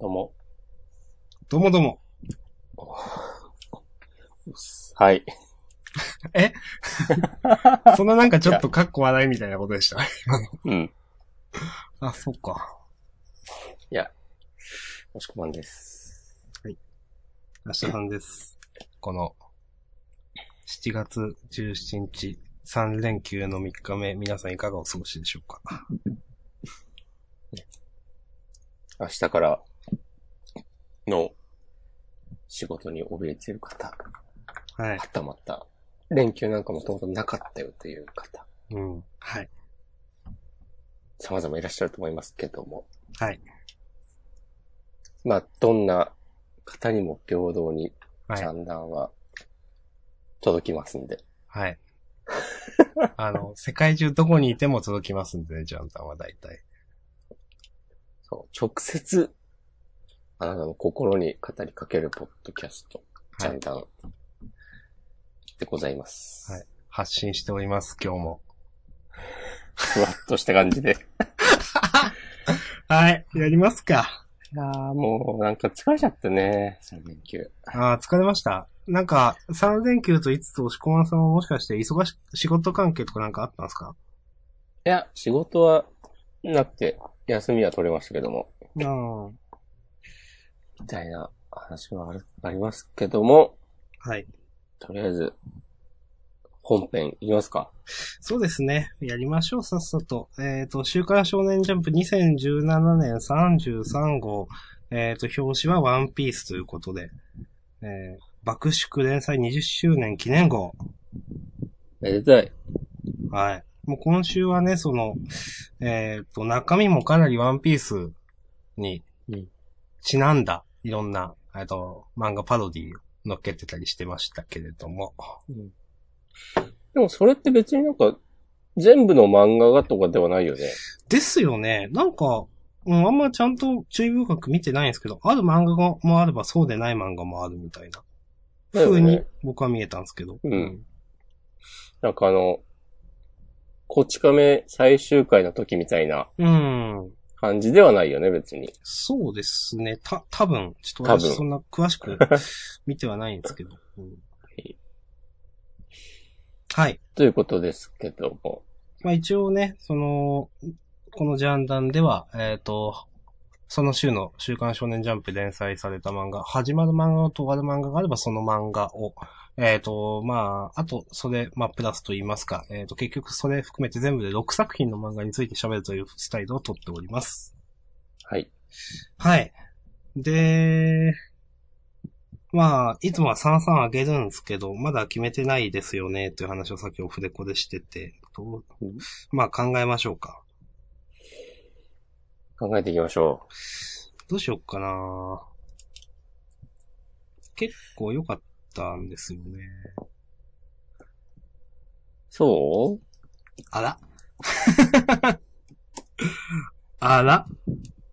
どうも。どうもどう も。はい。そんななんかちょっとかっこ笑いみたいなことでした。うん。あ、そっか。もしこまんです。明日さんです。この、7月17日、3連休の3日目、皆さんいかがお過ごしでしょうか。明日からの仕事に怯えてる方、はは。いたまた、連休なんかもともとなかったよという方、うん。はい。様々いらっしゃると思いますけども。はい。まあ、どんな方にも平等に、はジャい。ンダンは届きますんで。 はい。あの、世界中どこにいても届きますんでね、ジャンタンは大体。そう、直接、あなたの心に語りかけるポッドキャスト、ジャはンい。ダンでございます。はい発信しております、今日も。ふわっとした感じで。はい。やりますか。いやーもうなんか疲れちゃったね、3連休。あー疲れました。なんか、3連休と言いつつ、押し込まさんはもしかして忙し、仕事関係とかなんかあったんですかいや、仕事はなくて、休みは取れましたけども、あみたいな話はあるありますけども、あ。はい。とりあえず、本編いきますか。そうですね。やりましょう、さっさと。えっ、と、週刊少年ジャンプ2017年33号。えっ、と、表紙はワンピースということで。えー、爆縮連載20周年記念号。めでたい。はい。もう今週はね、その、えっ、と、中身もかなりワンピースにうん、ちなんだ、いろんな、えっと、漫画パロディ乗っけてたりしてましたけれども。でもそれって別になんか、全部の漫画がとかではないよね。ですよね。なんか、うん、あんまちゃんと注意深く見てないんですけど、ある漫画もあればそうでない漫画もあるみたいな。だよ風ねに僕は見えたんですけど。うん。なんかあの、こち亀最終回の時みたいなうん。うん。感じではないよね、別に。そうそうですね。た、多分ちょっと多私分そんな詳し く見てはないんですけど。うんいはい。ということですけども。まあ一応ね、その、このジャンダンでは、えっ、と、その週の週刊少年ジャンプで連載された漫画、始まる漫画と終わる漫画があればその漫画を、えっ、と、まあ、あと、それ、まあ、プラスと言いますか、えっ、と、結局それ含めて全部で6作品の漫画について喋るというスタイルをとっております。はい。はい。で、まあ、いつもは三々あげるんですけど、まだ決めてないですよね、という話をさっきオフレコでしてて、どううんまあ考えましょうか。考えていきましょう。どうしよっかな結構良かったんですよね。そうあら あら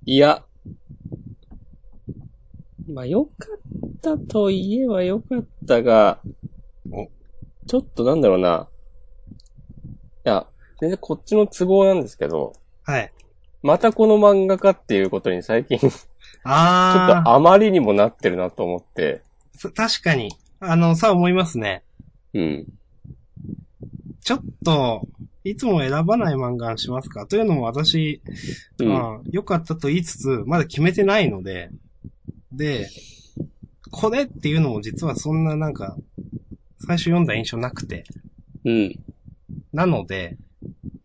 いや。まあ、良かったと言えば良かったがお、ちょっとなんだろうな。いや、全然こっちの都合なんですけど、はい。またこの漫画かっていうことに最近 ちょっあとあまりにもなってるなと思って、ーさ確かに。あの、さ、思いますね。うん。ちょっと、いつも選ばない漫画にしますかというのも私、うん。まあ、良かったと言いつつ、まだ決めてないので、で、これっていうのも実はそんななんか、最初読んだ印象なくて、うん。なので、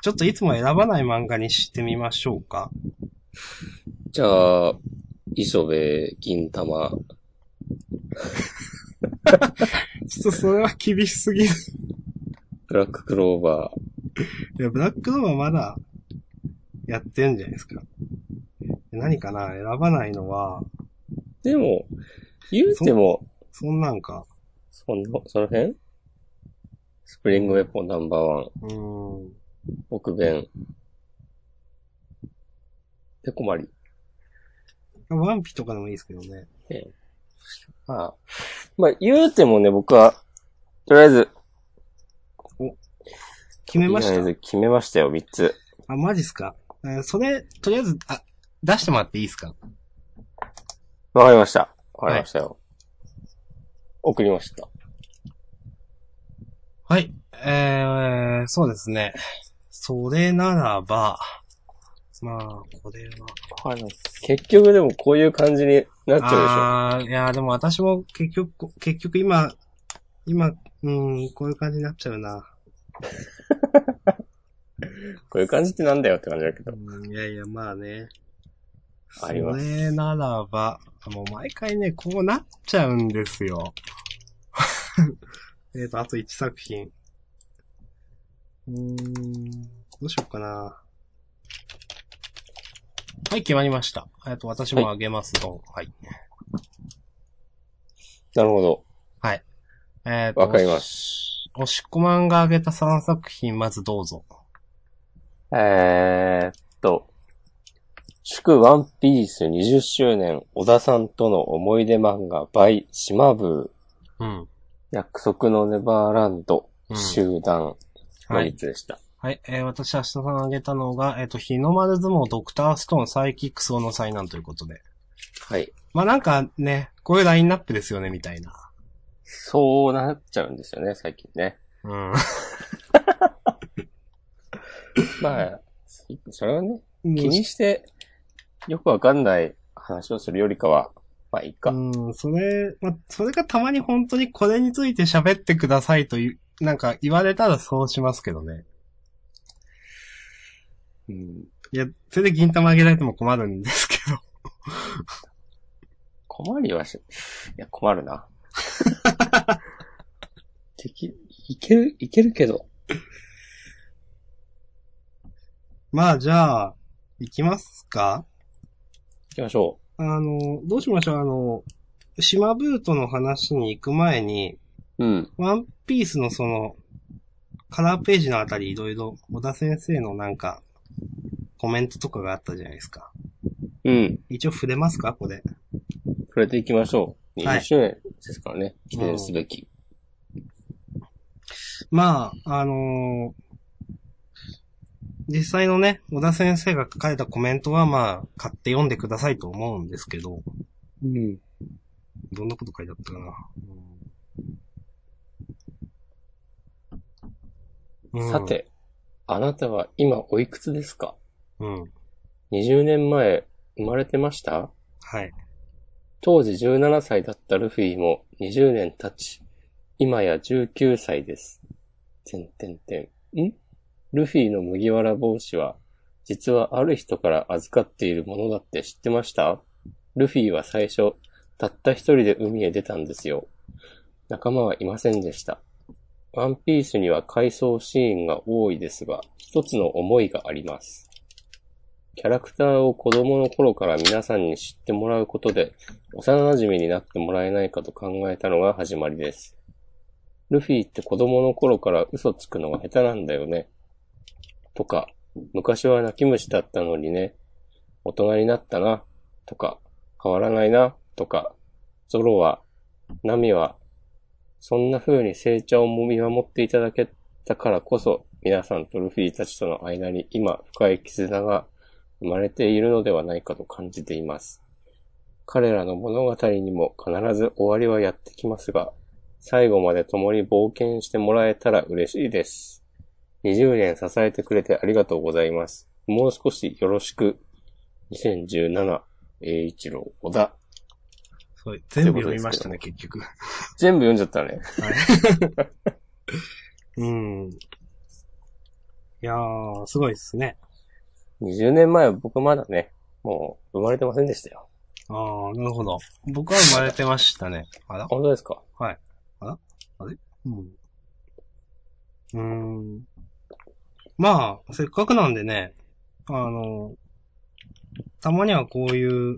ちょっといつも選ばない漫画にしてみましょうか。じゃあ、磯部、銀玉。ちょっとそれは厳しすぎる。ブラッククローバー。 いや、ブラックドーはまだ、やってんじゃないですか。何かな選ばないのは、でも、言うても、そんなんか、その、その辺スプリングウェポンナンバーワン。うーん、奥弁。ペコマリ。ワンピとかでもいいですけどね。ああまあ、言うてもね、僕は、とりあえず、決めましとりあたえず決めましたよ、3つ。あ、マジっすか。えーそれ、とりあえず、あ、出してもらっていいですかわかりました。わかりましたよ。送りました。はい。えー、そうですね。それならば、まあ、これは。結局でもこういう感じになっちゃああーいや、でも私も結局、結局今、今、うん、こういう感じになっちゃうな。うでしょ。こういう感じってなんだよって感じだけど。うん、いやいや、まあね。ありますそれならば、もう毎回ね、こうなっちゃうんですよ。 えっと、あと1作品。うーん、どうしようかな。はい、決まりました。えっと、私もあげます、ドン。はい。なるほど。えっ、と、。わかりますおしっこまんが挙げた3作品、まずどうぞ。えー、っと、祝ワンピース20周年、小田さんとの思い出漫画 by 島ブうん。約束のネバーランド、うん集団のはい3。つでした。はい。えー私、明日さん挙げたのが、えっ、と、日の丸相撲、ドクターストーン、サイキックスオの災難ということで。はい。まあ、なんかね、こういうラインナップですよね、みたいな。そうなっちゃうんですよね、最近ね。うん。まあ、それはね、気にして、よくわかんない話をするよりかは、まあいいか。うん、それ、まあ、それがたまに本当にこれについて喋ってくださいという、なんか言われたらそうしますけどね。うんいや、それで銀玉あげられても困るんですけど。 困りはし、いや、困るな。でき、いける、いけるけど。まあ、じゃあ、行きますか行きましょあの、どうしましょうあの、島ブートの話に行く前に、う。うん。ワンピースのその、カラーページのあたりいろいろ小田先生のなんか、コメントとかがあったじゃないですか。うん。一応触れますかこれ。触れていきましょう。はい20周年ですからね。記念すべき。まあ、あのー実際のね、小田先生が書かれたコメントはまあ、買って読んでくださいと思うんですけど、うん。どんなこと書いてあったかな。うんさ、て、あなたは今おいくつですかうん。 ?20 年前、生まれてましたはい。当時17歳だったルフィも20年経ち、今や19歳です。てんてんてん。んルフィの麦わら帽子は、実はある人から預かっているものだって知ってましたルフィは最初、たった一人で海へ出たんですよ。仲間はいませんでした。ワンピースには回想シーンが多いですが、一つの思いがあります。キャラクターを子供の頃から皆さんに知ってもらうことで、幼馴染になってもらえないかと考えたのが始まりです。ルフィって子供の頃から嘘つくのが下手なんだよね。とか、昔は泣き虫だったのにね。大人になったな。とか、変わらないな。とか、ゾロは、ナミは、そんな風に成長も見守っていただけたからこそ、皆さんとルフィたちとの間に今深い絆が生まれているのではないかと感じています。彼らの物語にも必ず終わりはやってきますが、最後まで共に冒険してもらえたら嬉しいです。20年支えてくれてありがとうございます。もう少しよろしく。2017、栄一郎、小田。そう全部読みましたね、結局。全部読んじゃったね。うん。いやー、すごいですね。 20年前は僕まだね、もう生まれてませんでしたよ。あー、なるほど。僕は生まれてましたね。あら本当ですかうん。うーん。まあ、せっかくなんでね、あの、たまにはこういう、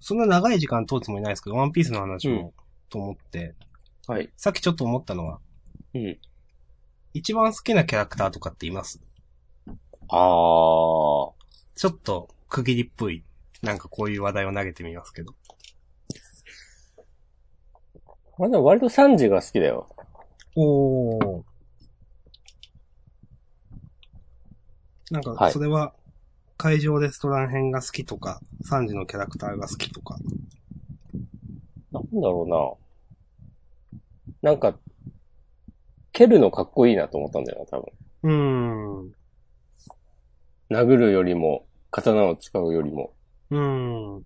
そんな長い時間通すつもりないですけど、ワンピースの話も、うと思って、はい。さっきちょっと思ったのは、うん。一番好きなキャラクターとかっていますあー。ちょっと区切りっぽい、なんかこういう話題を投げてみますけど。これでも割とサンジが好きだよ。おー。なんか、それは、会場レストラン編が好きとか、サンジのキャラクターが好きとか。なんだろうな。なんか、蹴るのかっこいいなと思ったんだよな、多分。うーん。う殴るよりも、刀を使うよりも。ーん。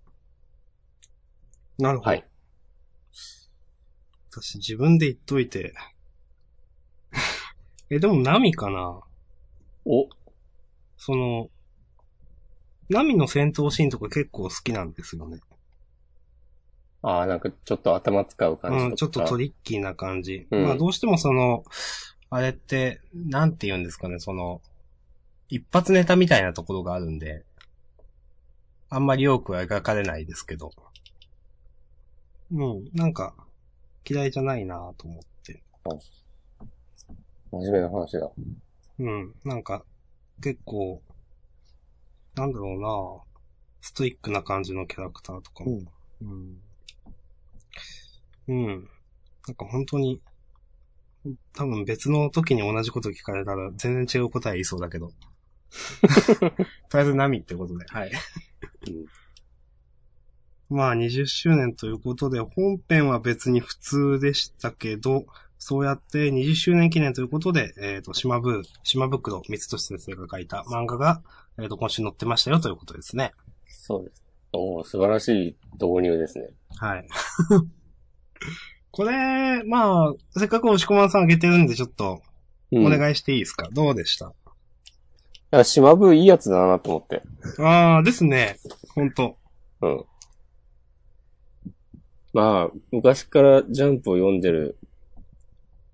なるほど。はい。私自分で言っといて。 え、でもナミかなお、その、ナミの戦闘シーンとか結構好きなんですよね。ああ、なんかちょっと頭使う感じとか。うん、ちょっとトリッキーな感じ。うんまあどうしてもその、あれって、なんて言うんですかね、その、一発ネタみたいなところがあるんで、あんまり多くは描かれないですけど。うん、なんか、嫌いじゃないなと思って。真面目な話だ。うん、なんか、結構、なんだろうなストイックな感じのキャラクターとかもうん。うん。なんか本当に、多分別の時に同じこと聞かれたら全然違う答え言いそうだけ ど。とりあえず波ってことで。はい。まあ20周年ということで、本編は別に普通でしたけど、そうやって20周年記念ということで、えっ、と、島部、島袋三俊先生が書いた漫画が、えっ、と、今週載ってましたよということですね。そうです。おお素晴らしい導入ですね。はい。 これ、まあ、せっかく押し込まんさんあげてるんで、ちょっと、うおん。い願いしていいですか、どうでしたや、島部いいやつだなと思って。あー、ですね。ほんと。うん。まあ、昔からジャンプを読んでる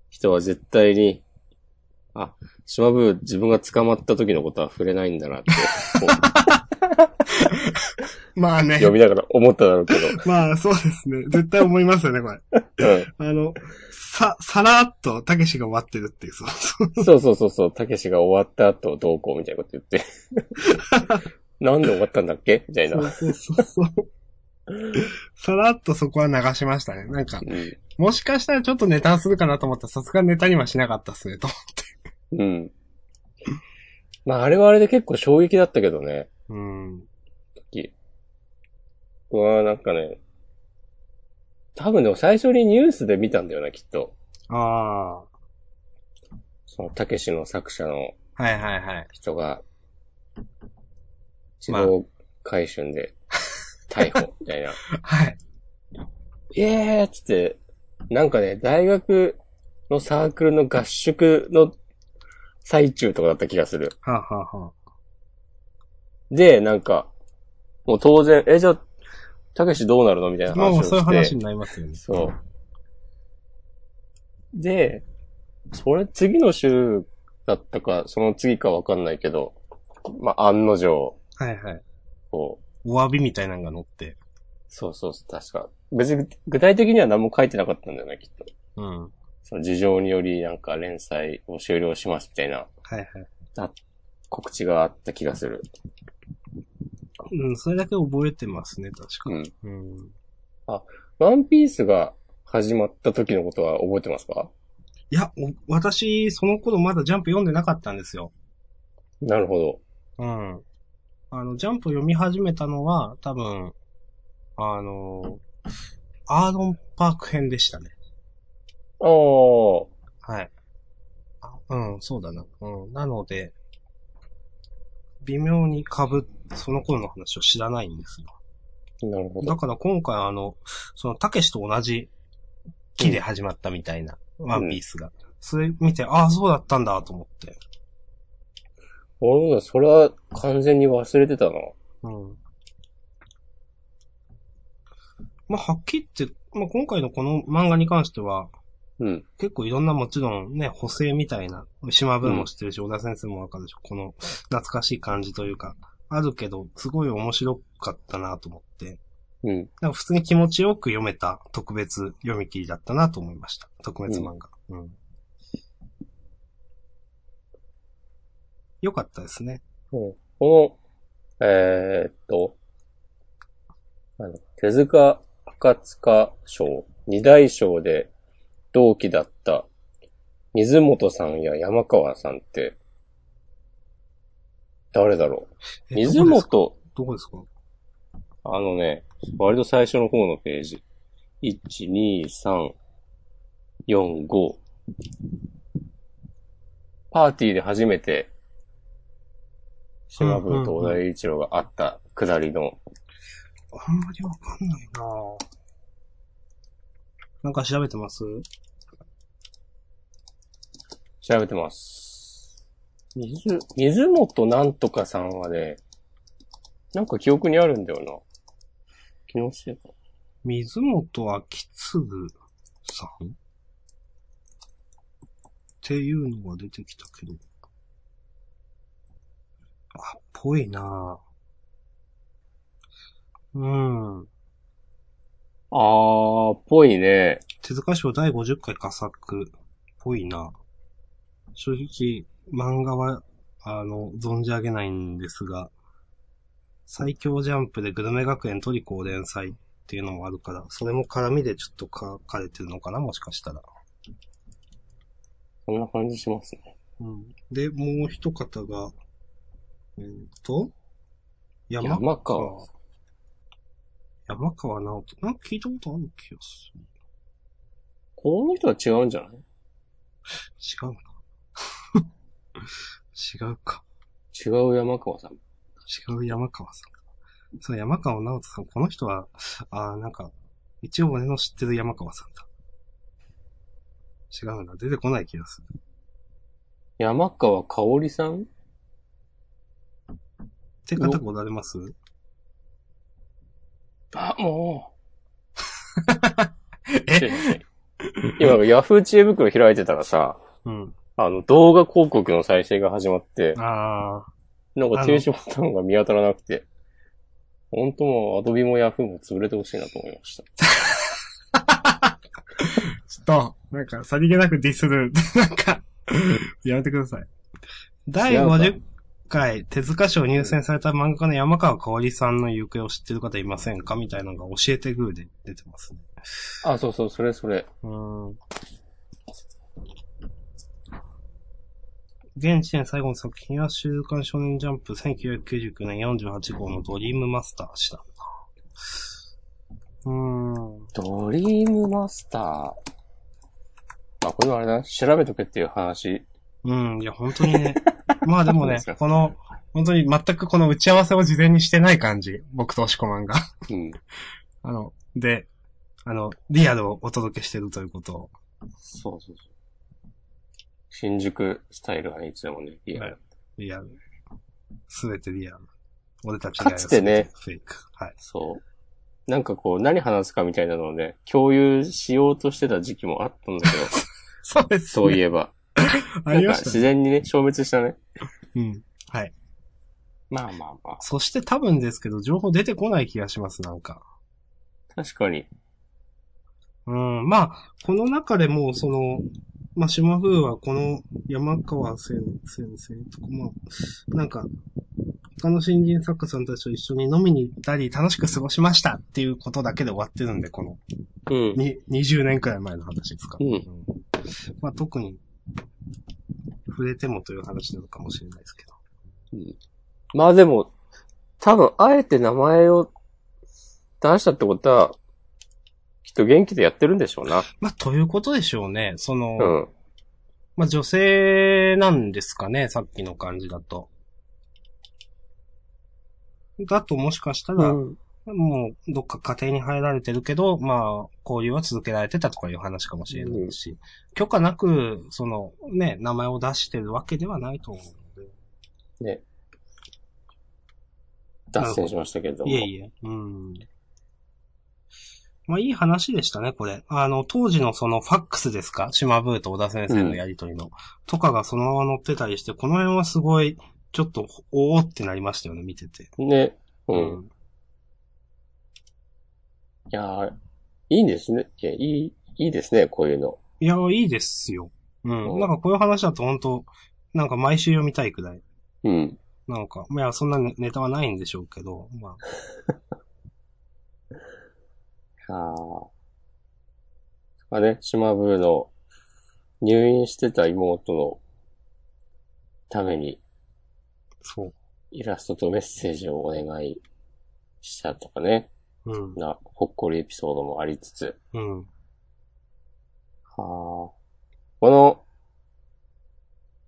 人は絶対に、あ、島部自分が捕まった時のことは触れないんだなって、こまあうね。読みながら思っただろうけど。 まあ、そうですね。絶対思いますよね、これ。うあの、さ、さらっと、たけしが終わってるっていう、そうそう。ん。そうそうそうそう、たけしが終わった後どうこうみたいなこと言って。なんで終わったんだっけみたいな。うそうそうそう。さらっとそこは流しましたね。なんか、ん。もしかしたらちょっとネタするかなと思ったら、さすがネタにはしなかったっすね、と。うん。まあ、あれはあれで結構衝撃だったけどね。うん。時。うわーなんかね、多分でも最初にニュースで見たんだよな、きっと。あその、たけしの作者のー。はいはいはい。人が、自まあ動回春で、逮捕、みたいな。はい。えーっつって、なんかね、大学のサークルの合宿の最中とかだった気がする。はあ、はあはで、なんか、もう当然、え、じゃあ、たけしどうなるのみたいなあ、話もをうして。そういう話になりますよね。そう。で、それ次の週だったか、その次かわかんないけど、まあ、案の定、はいはい。こう、お詫びみたいなのが載って。そうそうそう、確か。別に具体的には何も書いてなかったんだよね、きっと。うん。はいその事情によりなんか連載を終了しますみたいなはい。告知があった気がする。うん、それだけ覚えてますね、確かうに。ん。うん。ワンピースが始まった時のことは覚えてますかいや、お私、その頃まだジャンプ読んでなかったんですよ。なるほど。うん。あの、ジャンプ読み始めたのは、多分、あの、アーロンパーク編でしたね。あーはい。あうん、そうだな。うん。なので、微妙に被っ、その頃の話を知らないんですよ。なるほだど。から今回あの、その、たけしと同じ木で始まったみたいな、ワンピースが。それ見て、ああ、そうだったんだと思って。俺もそれは完全に忘れてたな。うん。まあ、はっきり言って、まあ、今回のこの漫画に関しては、うん。結構いろんなもちろんね、補正みたいな、島文も知ってるし、小田先生もわかるでしょ、この懐かしい感じというか、あるけど、すごい面白かったなと思って、うん。なんか普通に気持ちよく読めた特別読み切りだったなと思いました。特別漫画。うん。よかったですね。うんこの、えーっと、あの、手塚赤塚賞、二大賞で同期だった水本さんや山川さんって、誰だろう。え水どこですか本、どこですかあのね、割と最初の方のページ。1、2、3、4、5。パーティーで初めて、島風と小田栄一郎があったくだりの、あんまりわかんないなぁなんか調べてます調べてます。水、水本なんとかさんはね、なんか記憶にあるんだよな。気のせいか。水本明次さんっていうのが出てきたけど。あ、ぽいなぁうん。あー、ぽいね。手塚賞第50回佳作。ぽいな正直、漫画は、あの、存じ上げないんですが、最強ジャンプでグルメ学園トリコを連載っていうのもあるから、それも絡みでちょっと書かれてるのかな、もしかしたら。そんな感じしますね。うん。で、もう一方が、えー、と、山山川。山川直人。なんか聞いたことある気がする。この人は違うんじゃない違うな。 違うか。違う山川さん。違う山川さん。そう、山川直人さん。この人は、あーなんか、一応俺の知ってる山川さんだ。違うな。出てこない気がする。山川香織さんって方ございますあ、もう。え知らない今、ヤフー知恵袋開いてたらさ、うん。あの、動画広告の再生が始まって、ああ、なんか停止ボタンが見当たらなくて、本当もう、アドビもヤフーも潰れてほしいなと思いました。ちょっと、なんか、さりげなくディスる。 なんか、やめてください。第50回、手塚賞入選された漫画家の山川香織さんの行方を知ってる方いませんかみたいなのが教えてグーで出てますね。あ、そうそう、それそれ。うーん。現時点最後の作品は週刊少年ジャンプ1999年48号のドリームマスターでした。うーん。ドリームマスター。あ、これはあれだな、調べとけっていう話。うん、いや、本当に ね。まあでもねそうですか、この、本当に全くこの打ち合わせを事前にしてない感じ。僕と押しこまんが。 うん。あの、で、あの、リアルをお届けしてるということを。そうそうそう。新宿スタイルはいつでもね、いや、はいリアル。すべてリアル。俺たちかつてねがやる全フェイク。はい。そう。なんかこう、何話すかみたいなのをね、共有しようとしてた時期もあったんだ けど、そうです、ね。そういえば。 あなんりかました自然にね、消滅したね。うん。はい。まあまあまそして多分ですけど、情報出てこない気がします、なんか。あ。確かに。うん。まあ、この中でもう、その、まあ、島風はこの山川先先生とか、まあ、なんか、他の新人作家さんたちと一緒に飲みに行ったり、楽しく過ごしましたっていうことだけで終わってるんで、この、うん。に20年くらい前の話ですか。うんまあ、特に、触れてもという話なのかもしれないですけど。まあでも、多分、あえて名前を出したってことは、きっと元気でやってるんでしょうな。まあ、ということでしょうね。その、うん。まあ、女性なんですかね、さっきの感じだと。だともしかしたら、うんもうどっか家庭に入られてるけど、まあ、交流は続けられてたとかいう話かもしれないし、許可なく、その、ね、名前を出してるわけではないと思うので。ね。脱線しましたけれども。いえいえ、うん。まあ、いい話でしたね、これ。あの、当時のそのファックスですか島ブーと小田先生のやりとりの。とかがそのまま載ってたりして、この辺はすごい、ちょっと、おおってなりましたよね、見てて。ね。うん。いやーいいんですね。いや、いい、いいですね、こういうの。いや、いいですよ。うん。うんなんかこういう話だと本当なんか毎週読みたいくらい。うん。なんか、いや、そんなネネタはないんでしょうけど、まあ、ああ。あれ、島風の入院してた妹のためにそう。イラストとメッセージをお願いしたとかね、うん。な、ほっこりエピソードもありつつ、うん。はあ。この、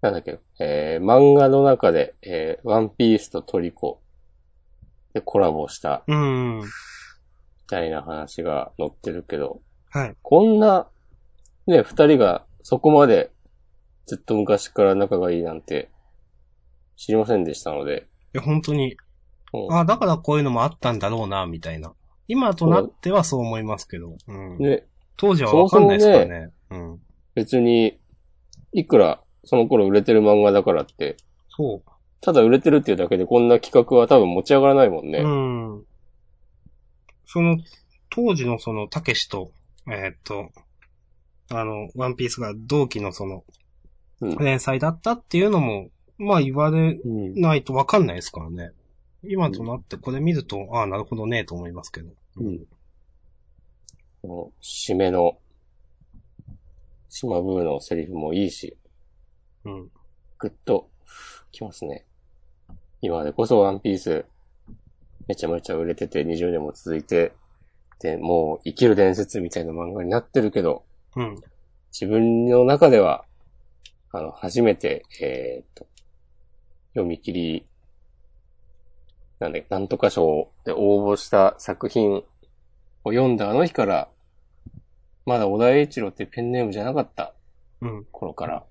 なんだっけ、えー漫画の中で、えーワンピースとトリコでコラボしたうん。みたいな話が載ってるけど、はい。こんな、ね、二人がそこまでずっと昔から仲がいいなんて知りませんでしたので、いや、本当に。うんあだからこういうのもあったんだろうな、みたいな。今となってはそう思いますけど。うん。ね、当時はわかんないですからね。うん。別に、いくらその頃売れてる漫画だからって、そただ売れてるっていうだけでこんな企画は多分持ち上がらないもんう。ね。うん。その、当時のその、たけしと、えーっと、あの、ワンピースが同期のその、うん連載だったっていうのも、まあ言われうんないとわかんないですからね。今となってこれ見ると、ああ、なるほどね、と思いますけど。うん。この、締めの、島ブーのセリフもいいし、うん。ぐっと、きますね。今でこそワンピース、めちゃめちゃ売れてて20年も続いて、で、もう生きる伝説みたいな漫画になってるけど、うん。自分の中では、あの、初めて、えーっと、読み切り、なんで、なんとか賞で応募した作品を読んだあの日から、まだ小田栄一郎ってペンネームじゃなかったうん。頃から、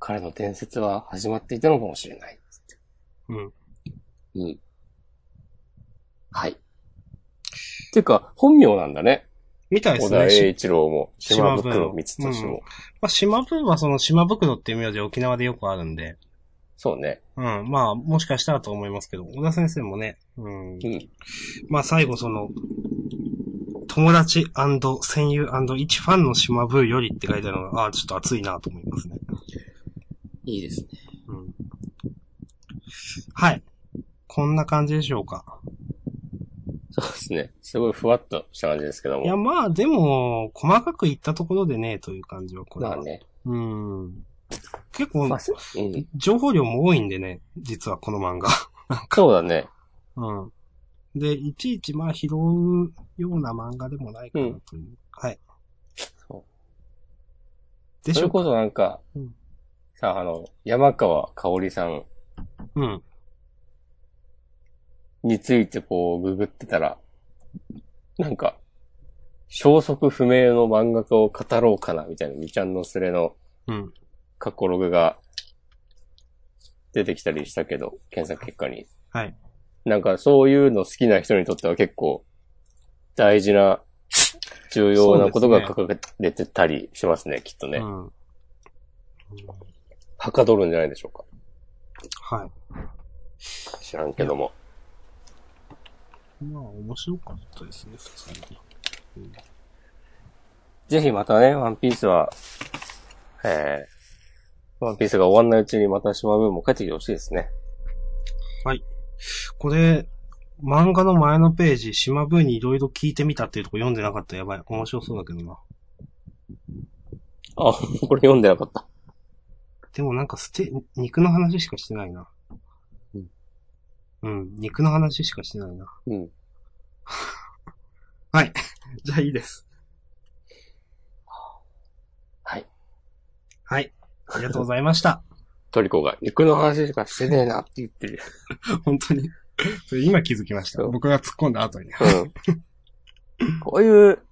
彼の伝説は始まっていたのかもしれない。うん。うん。はい。てか、本名なんだね。みたいで小す田ね。栄一郎も、島島袋袋光俊も。まあ、島袋はその島袋っていう名字沖縄でよくあるんで、そうね。うん、まあ、もしかしたらと思いますけど、小田先生もね、うんう、ん。まあ最後その、友達戦友一ファンの島ブーよりって書いてあるのが、ああ、ちょっと熱いなと思いますね。いいですね。うん。はい。こんな感じでしょうか。そうですね。すごいふわっとした感じですけども。いや、まあでも、細かく言ったところでね、という感じはこれまは。あね。うん。結ま構あ、、せうん。情報量も多いんでね、実はこの漫画。そうだね。うん。で、いちいちまあ拾うような漫画でもないかなという。はい。そでそしょれうかこそなんか、うんさあ、あの、山川香織さんうん。についてこう、ググってたら、なんか、消息不明の漫画家を語ろうかな、みたいな、みちゃんのスレのうん。過去ログが出てきたりしたけど、検索結果に。はい。なんか、そういうの好きな人にとっては結構、大事な、重要なことが書かれてたりしますね、きっとね。うん。ははかどるんじゃないでしょうか。い。知らんけども。まあ、面白かったですね、普通に。ぜひまたね、ワンピースは、えー、ワンピースが終わんないうちにまた島分も帰ってきてほしい ですね。これ、漫画の前のページ、島ブーにいろいろ聞いてみたっていうとこ読んでなかったらやばい。面白そうだけどな。あ、これ読んでなかった。でもなんか捨て、肉の話しかしてないな。うん。うん、肉の話しかしてないな。うん。じゃあいいです。はい。はい。ありがとうございました。トリコが肉の話しかしてねえなって言ってる。本当に。それ今気づきました。そう僕が突っ込んだ後うに。ん。 こういう、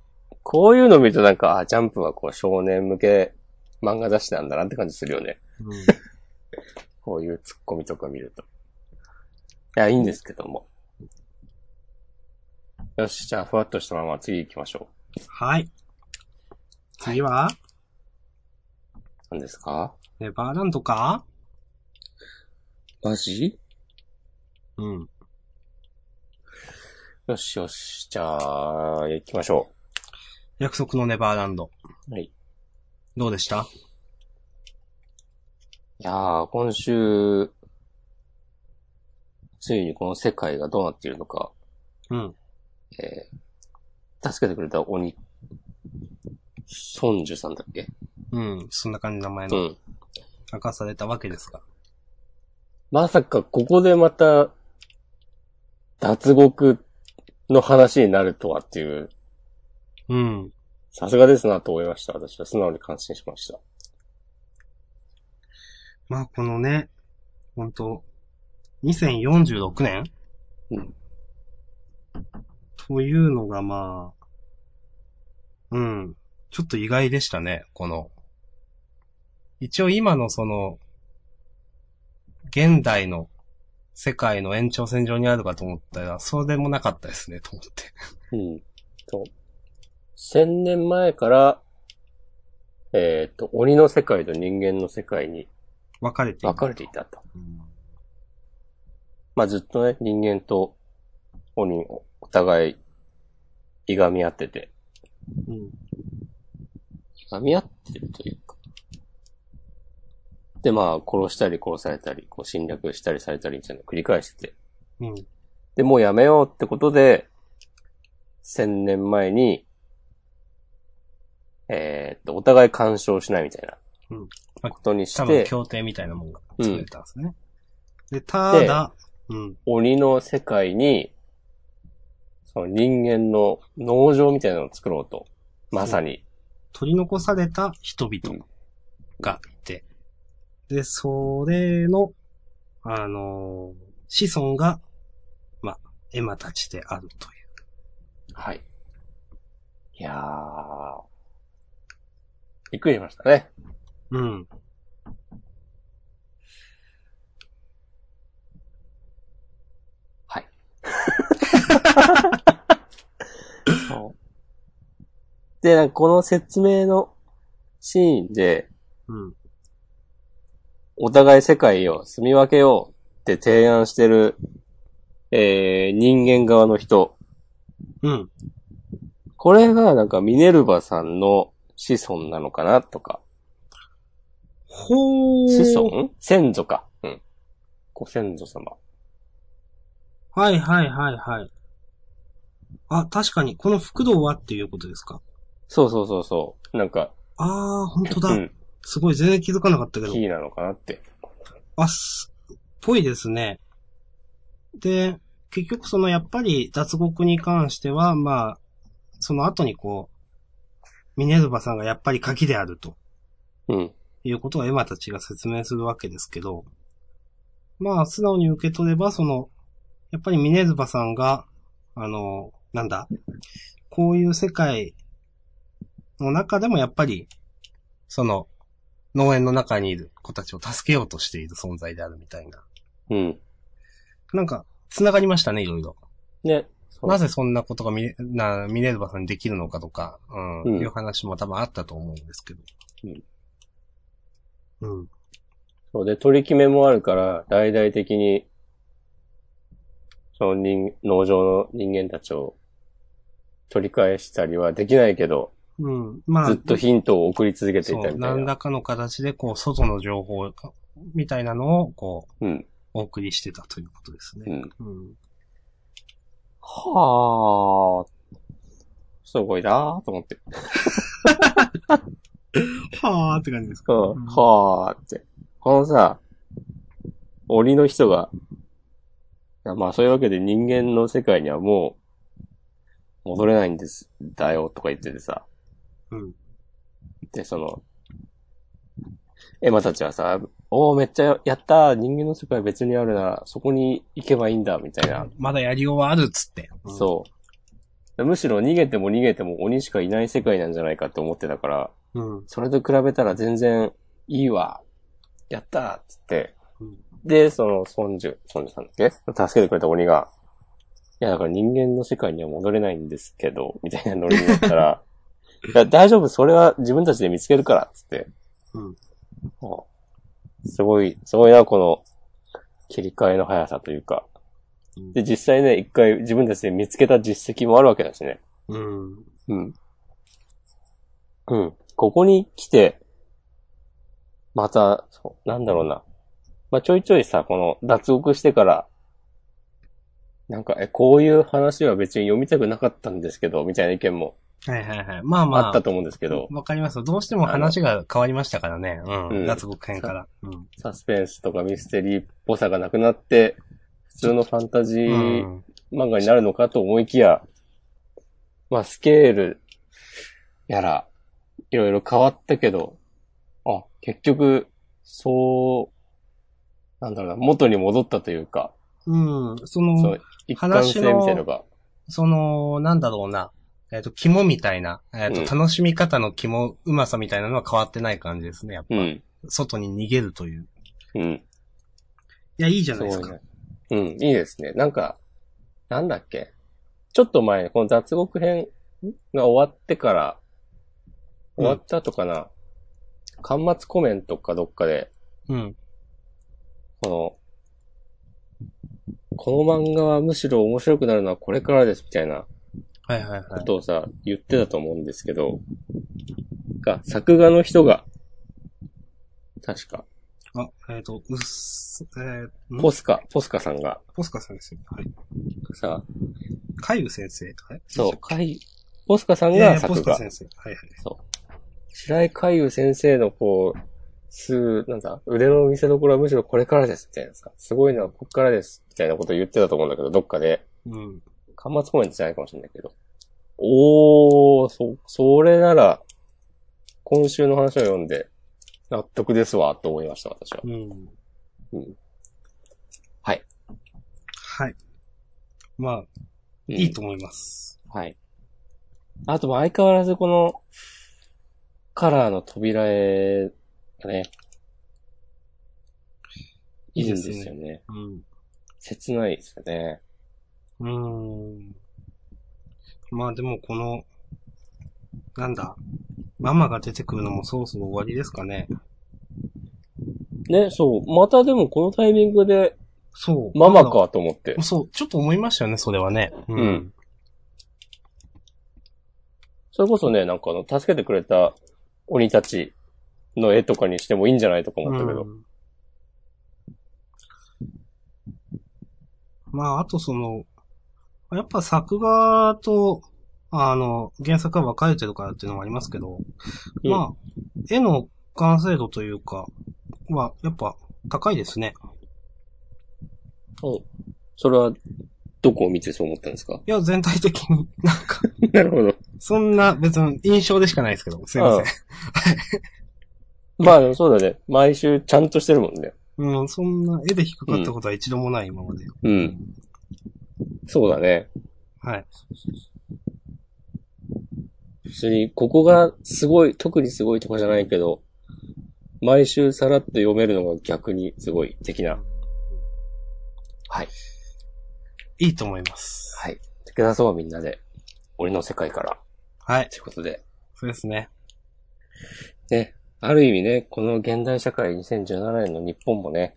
こういうの見るとなんか、あ、ジャンプはこう少年向け漫画雑誌なんだなって感じするよね。うんこういうツッコミとか見ると。いや、いいんですけども。よし、じゃあ、ふわっとしたまま次行きましょう。はい。次は、何ですかネバーランドかマジうん。よしよし。じゃあ、行きましょ約束のネバーランド。う。はい。いどうでしたやー、今週、ついにこの世界がどうなっているのか、うん。えー、助けてくれた鬼、ソンジュさんだっけうん。そんな感じの名前うのん。明かされたわけですが。まさかここでまた、脱獄の話になるとはっていう、うん。さすがですなと思いました。私は素直に感心しました。まあ、このね、ほんと、2046年うんというのがまあ、うん。ちょっと意外でしたね、この。一応今のその、現代の世界の延長線上にあるかと思ったら、そうでもなかったですね、と思って。 うん。と、千年前から、えっ、と、鬼の世界と人間の世界に分かれている分かれていたと。うんまあずっとね、人間と鬼をお互い、いがみ合ってて、うん。いがみ合ってるというか。で、まあ、殺したり殺されたり、こう侵略したりされたりみたいなのを繰り返してて。うん。で、もうやめようってことで、千年前に、えーっと、お互い干渉しないみたいなうん。ことにし多て、分協定みたいなもんが作れたんですね。で、ただ、うん。鬼の世界に、その人間の農場みたいなのを作ろうと。まさに。取り残された人々がいて、で、それの、あのー子孫が、まあ、エマたちであるという。はい。いやー。びっくりしましたね。うん。で、なんかこの説明のシーンで、うん。お互い世界を住み分けようって提案してる、えー、人間側の人。うん。これがなんかミネルヴァさんの子孫なのかなとか。ほー。子孫ん先祖か。うん。ご先祖様。はいはいはいはい。あ、確かに、この福堂はっていうことですか。そうそうそうそう。なんか、あー、本当だ。うん。すごい、全然気づかなかったけど。キーなのかなって。あ、す、ぽいですね。で、結局そのやっぱり脱獄に関しては、まあ、その後にこう、ミネルヴァさんがやっぱり鍵であるとうん。いうことをエマたちが説明するわけですけど、まあ、素直に受け取れば、その、やっぱりミネルヴァさんが、あの、なんだ、こういう世界の中でもやっぱり、その、農園の中にいる子たちを助けようとしている存在であるみたいな。うん。なんか、繋がりましたね、いろいろ。ね。そうなぜそんなことがミネなミネルヴァさんにできるのかとか、うん、うんいう話も多分あったと思うんですけど。うん。そうで、取り決めもあるから、大々的に、その人、農場の人間たちを取り返したりはできないけど、うん。まあ、ずっとヒントを送り続けていたそう、みたい何な。らかの形で、こう、外の情報、みたいなのを、こう、うん。お送りしてたということですうね。ん。うん。はあ。すごいなーと思って。はーって感じですか。うん。んはあって。このさ、檻の人が、いやまあそういうわけで人間の世界にはもう、戻れないんです、だよ、とか言っててさ。うん。で、その、エマたちはさ、おーめっちゃやったー人間の世界別にあるなら、そこに行けばいいんだ、みたいな。まだやりようはあるっつって。そう。むしろ逃げても逃げても鬼しかいない世界なんじゃないかって思ってたから、うん。うん。それと比べたら全然いいわ。やったーっつってうん。で、その、ソンジュ、ソンジュさんだっけ助けてくれた鬼が、いや、だから人間の世界には戻れないんですけど、みたいなノリになった ら、いや、大丈夫、それは自分たちで見つけるから、つって。うんあすごい、すごいな、この、切り替えの速さというか。で、実際ね、一回自分たちで見つけた実績もあるわけだしね。うん。うん。うん。ここに来て、また、そう、なんだろうな。まあ、ちょいちょいさ、この脱獄してから、なんか、え、こういう話は別に読みたくなかったんですけど、みたいな意見もはいはいはい。まあまあ。あったと思うんですけど、わかりますよ。どうしても話が変わりましたからね。うん。うん脱獄編から。うん。サスペンスとかミステリーっぽさがなくなって、普通のファンタジうーん漫画になるのかと思いきや、まあスケールやら、いろいろ変わったけど、あ、結局、そう、なんだろうな、元に戻ったというか、うん。そそのう、、一貫性みたいなのが、その、なんだろうな。えっ、と、肝みたいな、えっ、うんと、楽しみ方の肝、うまさみたいなのは変わってない感じですね。やっぱ、うん、外に逃げるという。うん。いや、いいじゃないですか。すごいね。うん、いいですね。なんか、なんだっけ。ちょっと前、この脱獄編が終わってから、うん終わった後かな、端末コメントかどっかで、うん。この、この漫画はむしろ面白くなるのはこれからですみたいなはいはいはいこ。とをさ、言ってたと思うんですけど、が、作画の人が、確か、あ、えっ、と、うっす、えー、んポスカ、ポスカさんが、ポスカ先生。はい。さ、海部先生。はい。そう、かい、ポスカさんえがー、ポ作スカ画。先生。はいはい。白井海優先生のこう、す、なんだ、腕の見せ所はむしろこれからです、みたいなさ、すごいのはこっからです、みたいなことを言ってたと思うんだけど、どっかで、うん。端末コメントじゃないかもしれないけど。おー、そ、それなら、今週の話を読んで、納得ですわ、と思いました、私は。うん。うんはい。はい。まあ、いいと思います。はい。あと、相変わらずこの、カラーの扉絵がね、いいんですいいですよね。うん。切ないですよね。うーん。まあでもこの、なんだ、ママが出てくるのもそろそろ終わりですかね。ね、そう。またでもこのタイミングで、そう。ママ。かと思って。そう、ちょっと思いましたよね、それはね。ううん。それこそね、なんかあの、助けてくれた鬼たちの絵とかにしてもいいんじゃないとか思ったけど。うんまあ、あとその、やっぱ作画と、あの、原作が分かれてるからっていうのもありますけど、うんまあ、絵の完成度というか、は、やっぱ、高いですね。おそれは、どこを見てそう思ったんですかいや、全体的に、 なんか、 なるほど。そんな別に印象でしかないですけど、すいません。まあでもそうだね。毎週ちゃんとしてるもんね。うん、そんな絵で低かったことは一度もない今まで。うん。そうだね。はい。別に、ここがすごい、特にすごいとかじゃないけど、毎週さらっと読めるのが逆にすごい的な。はい。いいと思います。はい。くだそう、みんなで。俺の世界から。はい。ということで。そうですね。ね。ある意味ね、この現代社会2017年の日本もね、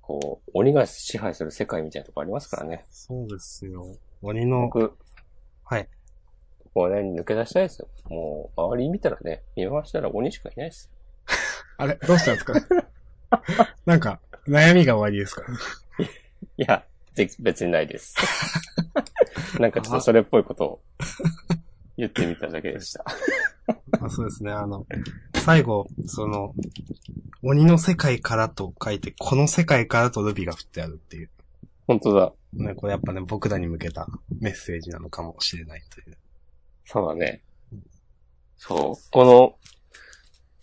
こう、鬼が支配する世界みたいなとこありますからね。そうですよ。鬼の、僕、はい。ここはね、抜け出したいですよ。もう、周り見たらね、見回したら鬼しかいないです。あれ、どうしたんですか なんか、悩みが終わりですかいや、ぜ別にない です。なんかちょっとそれっぽいことを言ってみただけでした。あそうですね、あの、最後、その、鬼の世界からと書いて、この世界からとルビが振ってあるっていう。本当だ。ね、これやっぱね、僕らに向けたメッセージなのかもしれないという。そうだね。そう。この、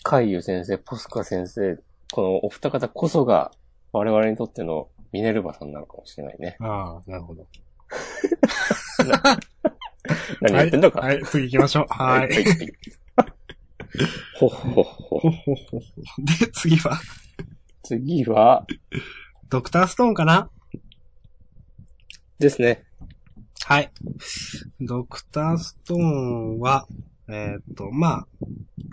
海優先生、ポスカ先生、このお二方こそが、我々にとってのミネルヴァさんなのかもしれないね。ああ、なるほど。何やってんのか。はい、 次行きましょう。は。はいいはいほほほ。で、次は、次は、ドクターストーンかなですね。はい。ドクターストーンは、えーっ、と、まあ、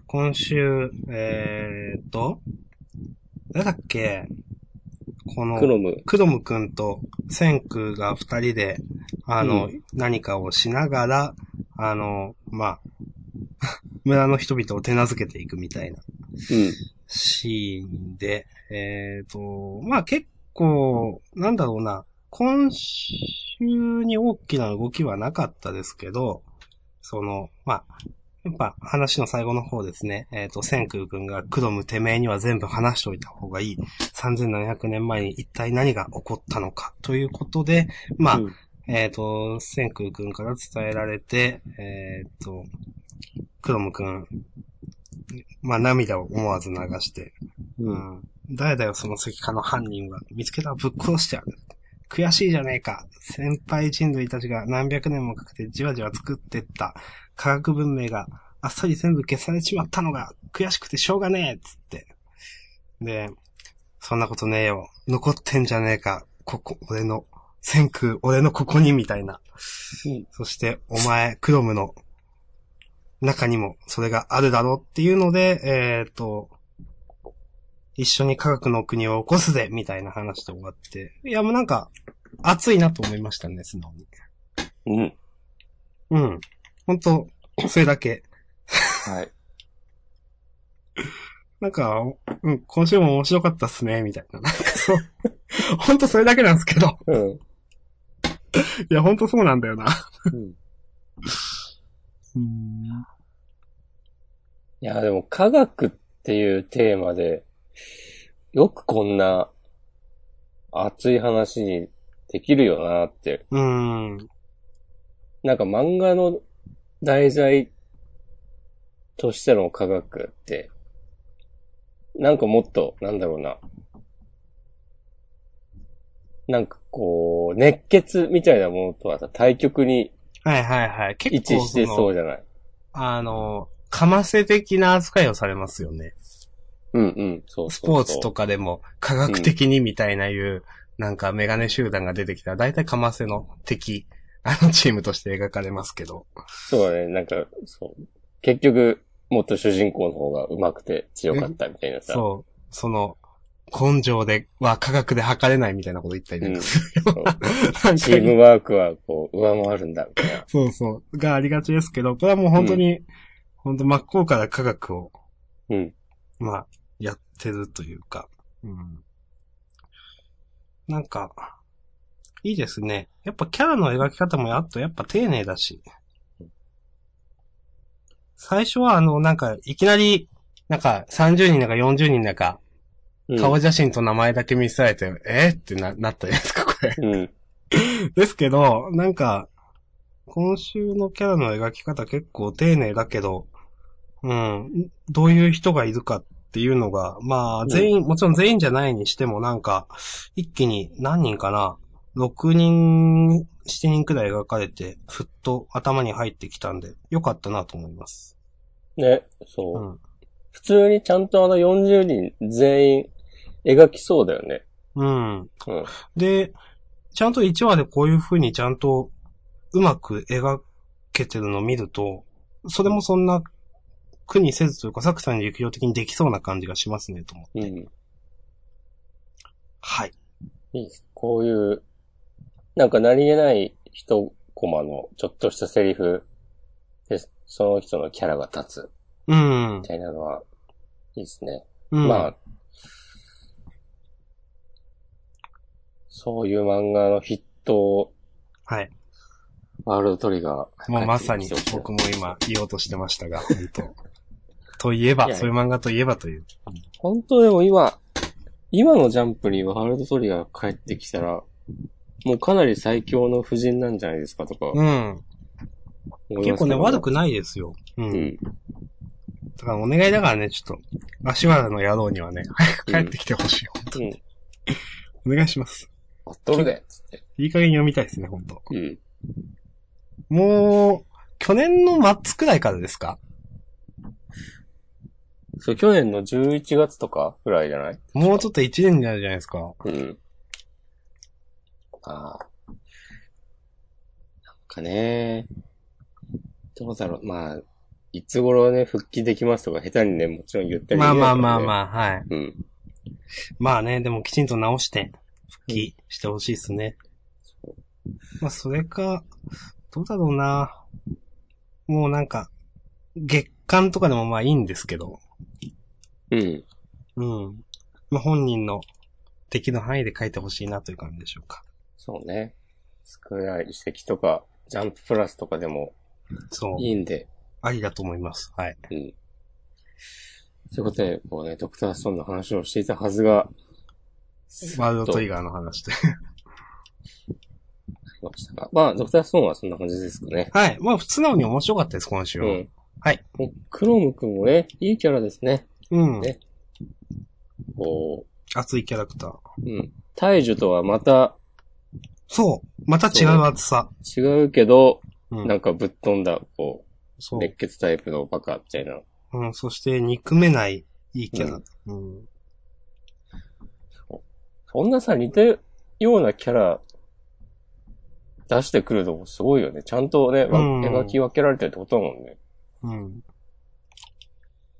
今週、えーっ、と、誰だっけこの、クロム。クロムくんとセンクが二人で、あの、う何かをしながら、あの、まあ、 村の人々を手なずけていくみたいなうん。シーンで、えっ、と、まあ結構、なんだろうな、今週に大きな動きはなかったですけど、その、まあ、やっぱ話の最後の方ですね。えっ、と、千空くんが、クドムてめえには全部話しておいた方がいい。3700年前に一体何が起こったのかということで、まあ、うんえっ、と、千空くんから伝えられて、えっ、と、クロムくん、まあ涙を思わず流して、うん。誰だよその石化の犯人は、見つけたらぶっ殺してやる。悔しいじゃねえか。先輩人類たちが何百年もかけてじわじわ作ってった科学文明があっさり全部消されちまったのが悔しくてしょうがねえっつって。で、そんなことねえよ。残ってんじゃねえか。ここ、俺の、先空、俺のここに、みたいな。うんそして、お前、クロムの中にもそれがあるだろうっていうので、えっ、と、一緒に科学の国を起こすぜみたいな話で終わって。いや、もうなんか、熱いなと思いましたね、素直に。うん。うん。ほんと、それだけ。はい。なんか、うん、今週も面白かったっすね、みたいな。なん かそう。ほんとそれだけなんですけど。うん。いや、ほんとそうなんだよな。うんいや、でも科学っていうテーマで、よくこんな熱い話にできるよなって。うん。なんか漫画の題材としての科学って、なんかもっと、なんだろうな。なんかこう、熱血みたいなものとはさ、対極にはいはいはい。結位置構しそてその、うじゃない。あの、かませ的な扱いをされますよね。うんうん、そうスそうポそうーツとかでも科学的にみたいないう、なんかメガネ集団が出てきたら、大体かませの敵、あのチームとして描かれますけど。そうだね、なんか、そう。結局、もっと主人公の方が上手くて強かったみたいなさ。そう。その、根性では科学で測れないみたいなこと言ったりうねん。なんかチームワークは、こう、上回るんだ、みたいな。そうそう。がありがちですけど、これはもう本当に、本当真っ向から科学を、うん。まあ、やってるというか。うん。なんか、いいですね。やっぱキャラの描き方もやっとやっぱ丁寧だし。最初はあの、なんか、いきなり、なんか、30人だか40人だか、うん顔写真と名前だけ見せられて、えーってな、なったじゃないですか、これ。うん。ですけど、なんか、今週のキャラの描き方結構丁寧だけど、うん、どういう人がいるかっていうのが、まあ、全員、もちろん全員じゃないにしても、なんか、一気に何人かな、6人、7人くらい描かれて、ふっと頭に入ってきたんで、よかったなと思います。ね、そうう。ん。普通にちゃんとあの40人全員描きそうだよね。うん。うん。で、ちゃんと1話でこういう風にちゃんとうまく描けてるのを見ると、それもそんな苦にせずというか、サクさんに力量的にできそうな感じがしますね、と思う。うん。はい。いいこういう、なんか何気ない一コマのちょっとしたセリフで、その人のキャラが立つうんみ。たいなのは、いいですね。うん、まあ、そういう漫画のヒット、はい。ワールドトリガー。もうまさに僕も今言おうとしてましたが、 本当といえばいやそういう漫画といえばという。本当でも今、今のジャンプにワールドトリガー帰ってきたら、もうかなり最強の夫人なんじゃないですかとか思いうん。ますけど。結構ね、悪くないですよ。うん。うん。だからお願いだからね、ちょっと、足原の野郎にはね、早く帰ってきてほしい。本当うん。お願いします。バっとるで、つって。いい加減読みたいですね、本当うん。もう、去年の末くらいからですかそう、去年の11月とかぐらいじゃないもうちょっと1年になるじゃないですか。うん。ああ。なんかね、どうだろう。まあ、いつ頃ね、復帰できますとか、下手にね、もちろん言ったり、まあまあまあまあ。あ、はい。うん。まあね、でもきちんと直して、復帰してほしいですね。まあそれか、どうだろうな。もうなんか、月間とかでもまあいいんですけど。うん。うん。まあ本人の敵の範囲で書いてほしいなという感じでしょうか。そうね。少ない遺跡とか、ジャンププラスとかでも、そう。いいんで、ありだと思います。はい。うん。そういうことで、こうね、ドクターストーンの話をしていたはずが、ワールドトリガーの話で。ありましたが。まあ、ドクターストーンはそんな感じですかね。はい。まあ、素直に面白かったです、今週うは。ん。はい。もうクロームくんもね、いいキャラですね。うん。ねこ熱いキャラクター。う、うん。大樹とはまたそう。また違う熱さ。違うけど、うんなんかぶっ飛んだ、こ、そうう。熱血タイプのバカみたいな。うん。そして、憎めない、いいキャラ。うん。そんなさ、似たようなキャラ出してくるのもすごいよね。ちゃんとね、わうん描き分けられてるってことだもんね。うん。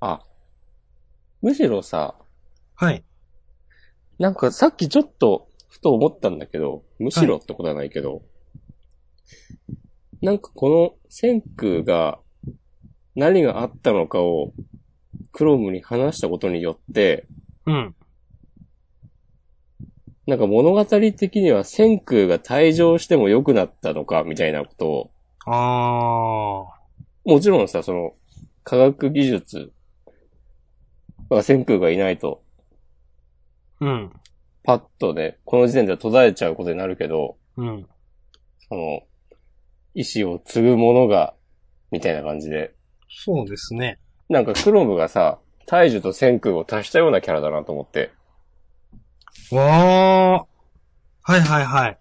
あ、むしろさ、はい。なんかさっきちょっとふと思ったんだけど、むしろってことはないけど、なんかこの千空が何があったのかをクロームに話したことによって、うん。なんか物語的には千空が退場しても良くなったのかみたいなことを、あもちろんさ、その科学技術は千空がいないとー。うん。パッとね、この時点では途絶えちゃうことになるけど、うん。その、意志を継ぐ者が、みたいな感じで。そうですね。なんかクロムがさ、大樹と千空を足したようなキャラだなと思って。わー。はいはいはい。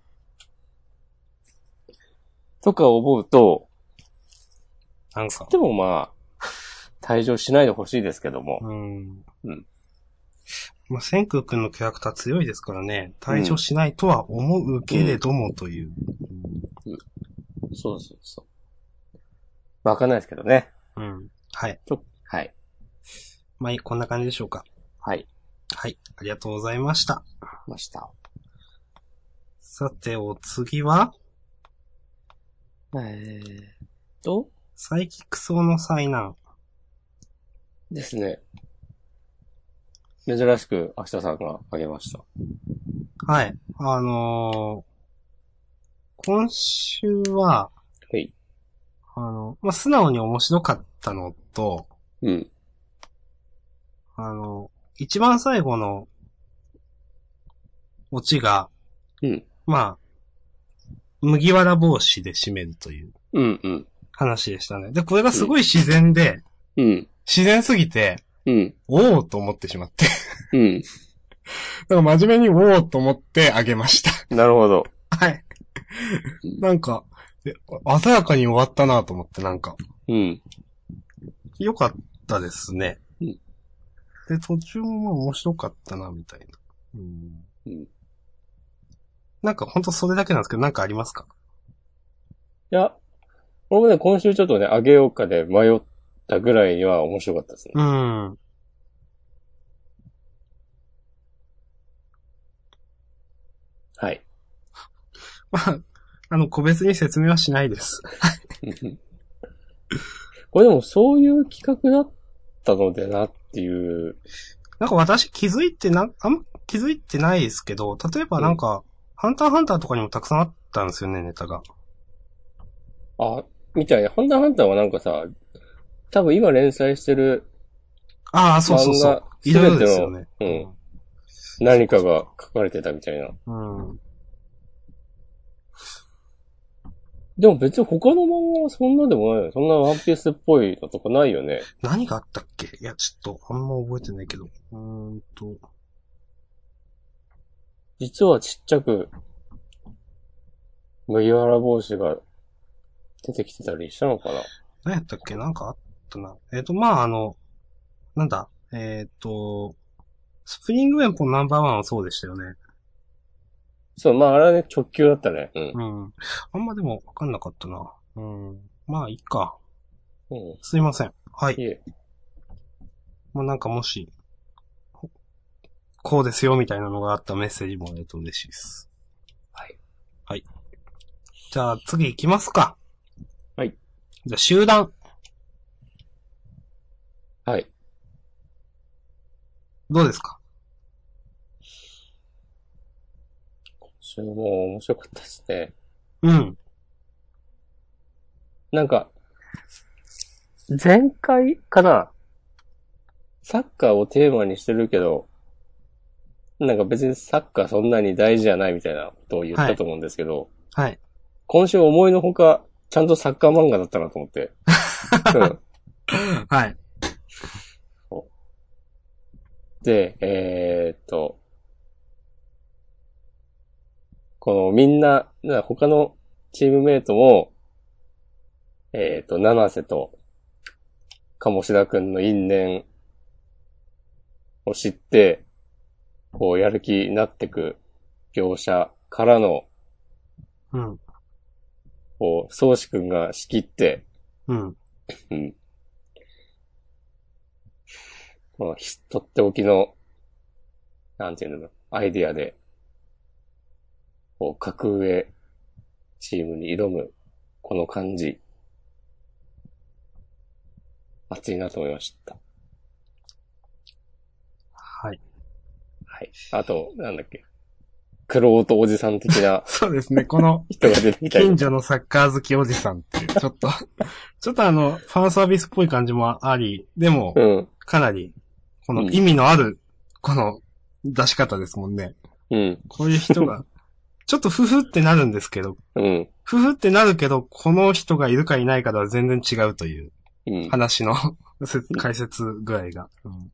とか思うと、なんか。でもまあ、退場しないでほしいですけども。うん。うんまあ、千空くんのキャラクター強いですからね、退場しないとは思うけれどもという。そうそうそう。わかんないですけどね。うん。はい。ちょはい。まあいい、こんな感じでしょうか。はい。はい。ありがとうございました。ました。さて、お次は、えーと、サイキック層の災難。ですね。珍しく、明日さんがあげました。はい。あのー今週は、はい。あの、まあ、素直に面白かったのと、うん。あの、一番最後の、オチが、うん。まあ、麦わら帽子で締めるといううん、うん。話でしたね。で、これがすごい自然で、うん。自然すぎて、うん。おおと思ってしま って。うん。だから真面目におおと思ってあげました。なるほど。はい。なんか、え鮮やかに終わったなと思って、なんか、うん。良かったですね。うんで、途中もまあ面白かったな、みたいな。うんうんなんかほんとそれだけなんですけど、なんかありますかいや、俺もね、今週ちょっとね、あげようかで迷ったぐらいには面白かったですね。うん。はい。 まあ、あの、個別に説明はしないです。 これでもそういう企画だったのでなっていう、なんか私気づいてな、あんま気づいてないですけど、例えばなんか、ハンターハンターとかにもたくさんあったんですよね、ネタが。あ、みたいな。ハンターハンターはなんかさ、多分今連載してるああ、そうそうそ漫う画。いろいろですよね。全ての何かが書かれてたみたいな。うん。うん。でも別に他の漫画はそんなでもないよね。そんなワンピースっぽいのとかないよね。何があったっけいや、ちょっと、あんま覚えてないけど。うーんと。実はちっちゃく、麦わら帽子が出てきてたりしたのかな。何やったっけなんかあったな。えっ、と、まあ、あの、なんだ、えっ、と、スプリングウェポンナンバーワンはそうでしたよね。そう、まああれはね、直球だったね。うん。うん。あんまでもわかんなかったな。うん。まあ、いいか。うん。すいません。はい。いえ。まあ、なんかもし、ここうですよみたいなのがあったメッセージもらえると嬉しいです。はい。はい。じゃあ、次行きますか。はい。じゃあ、集団。はい。どうですかそれも面白かったですね。うん。なんか、前回かなサッカーをテーマにしてるけど、なんか別にサッカーそんなに大事じゃないみたいなことを言ったと思うんですけど、はい。今週思いのほか、ちゃんとサッカー漫画だったなと思 って。うんはい。で、えーっと、このみんな、な他のチームメイトも、えーっと、七瀬と、鴨志田くんの因縁を知って、こう、やる気になってく描写からの、うん。こう、宗志くんが仕切って、うん。うん。この、ひとっておきの、なんていうの、アイディアで、こう、格上チームに挑む、この感じ、熱いなと思いました。はい。はい。あと、なんだっけ。クロートおじさん的なそうですね。この、人が出てき たり近所のサッカー好きおじさん っていう、ちょっと、ちょっとあの、ファンサービスっぽい感じもあり、でもう、ん。かなり、この意味のある、この出し方ですもんね。うん。こういう 人が、ちょっとふふってなるんですけど、うん。ふふってなるけど、この人がいるかいないかでは全然違うといううん。話の説解説具合が。うん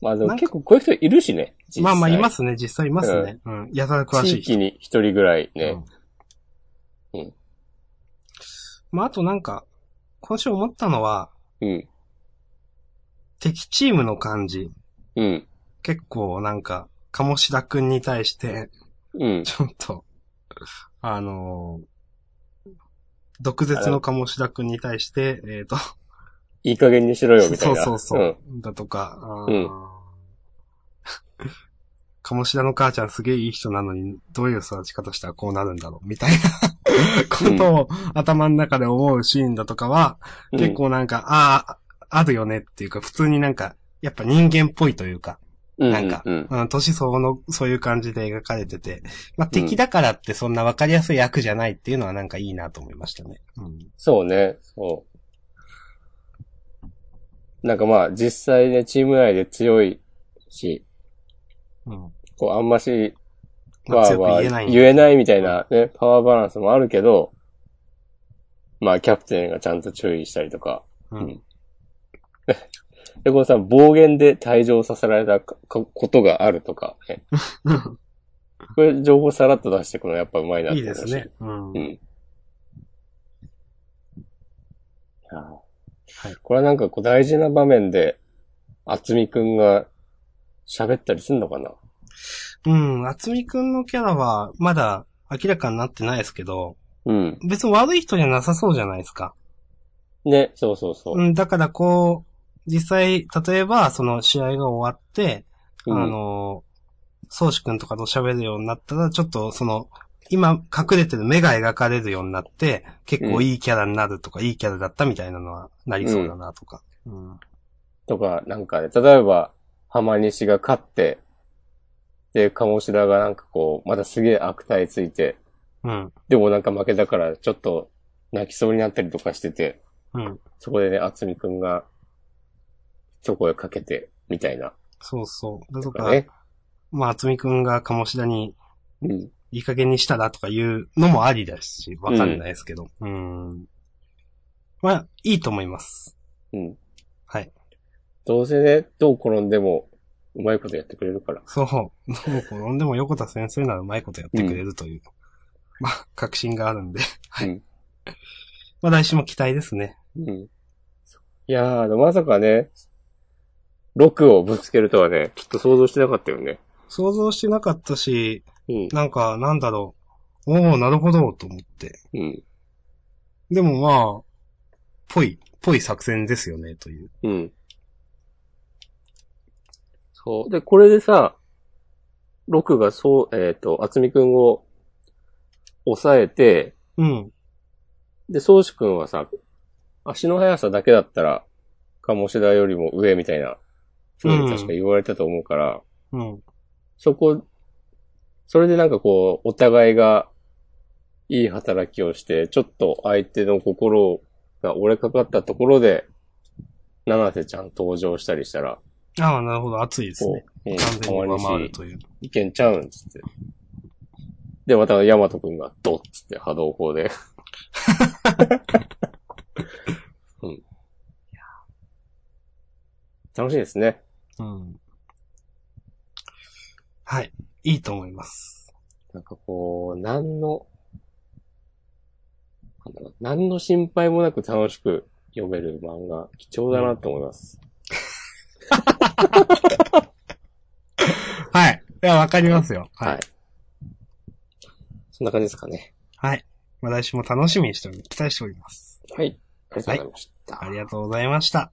まあでも結構こういう人いるしね。実際まあまあいますね、実際いますね。うん。やたら詳し地い人。域に一人ぐらいね。うんうんまああとなんか、今週思ったのは、うん。敵チームの感じ。うん。結構なんか、鴨志田くんに対して、 うん。ちょっと、あのー毒舌の鴨志田くんに対して、えっ、と、いい加減にしろよ、みたいそうな。そうそう。だとか、あーうん。 鴨志田の母ちゃんすげえいい人なのに、どういう育ち方したらこうなるんだろう、みたいな ことを頭の中で思うシーンだとかは、うん。結構なんか、ああ、あるよねっていうか、普通になんか、やっぱ人間っぽいというか、うん、なんかうん。うん、年相応の、そういう感じで描かれてて、まあ、敵だからってそんなわかりやすい役じゃないっていうのはなんかいいなと思いましたね。うん。そうね、そう。なんかまあ、実際ね、チーム内で強いし、うん。こう、あんまし、まあ、わー強くわ言えなーい。言えないみたいなね、パワーバランスもあるけど、まあ、キャプテンがちゃんと注意したりとか。うん。で、このさ、暴言で退場させられたかかことがあるとか、ね、 これ、情報さらっと出してくのやっぱうまいなっいてい思でうしすね。うんうん。いやーいこれはなんかこう大事な場面で、厚みくんが喋ったりすんのかなうん、厚みくんのキャラは、まだ明らかになってないですけど、うん。別に悪い人じゃなさそうじゃないですか。ね、そうそうそうう。ん、だからこう、実際、例えば、その試合が終わって、うんあの、宗志くんとかと喋るようになったら、ちょっとその、今隠れてる目が描かれるようになって、結構いいキャラになるとか、いいキャラだったみたいなのはなりそうだなとか。うん。とか、なんかね、例えば、浜西が勝って、で、鴨志田がなんかこう、またすげえ悪態ついて、うん。でもなんか負けたからちょっと泣きそうになったりとかしてて、うん。そこでね、厚みくんが、一声かけて、みたいな。そうそう。だととか、かね。まあ、厚みくんが鴨志田にうん。いい加減にしたらとかいうのもありだし、わかんないですけど。うん。んまあ、いいと思います。うん。はい。どうせね、どう転んでも、うまいことやってくれるから。そう。どう転んでも横田先生ならうまいことやってくれるという、まあ、確信があるんで。はい。うんまあ、来週も期待ですね。うん。いやー、まさかね、6をぶつけるとはね、きっと想像してなかったよね。想像してなかったし、うん。なんか、なんだろう。おおなるほど、と思って。うん。でもまあ、ぽい、ぽい作戦ですよね、という。うん。そう。で、これでさ、6がそう、えっ、と、厚みくんを抑えて、うん。で、宗志くんはさ、足の速さだけだったら、鴨志田よりも上みたいな、そういうの確か言われたと思うから、うん。そこ、それでなんかこう、お互いが、いい働きをして、ちょっと相手の心が折れかかったところで、七瀬ちゃん登場したりしたら、ああ、なるほど。熱いですねこ。う、うん、完全に上変わ回りるし、という。いけんちゃうん、つって。で、また、ヤマトくんが、ドッつって波動砲で。うん。いや楽しいですね。うん。はい。いいと思います。なんかこう、何の、なんだろう何の心配もなく楽しく読める漫画、貴重だなと思います。はい。いや、わかりますよ。はい。はい。そんな感じですかね。はい。まあ、来週も楽しみにしており、期待しております。はい。ありがとうございました。ありがとうございました。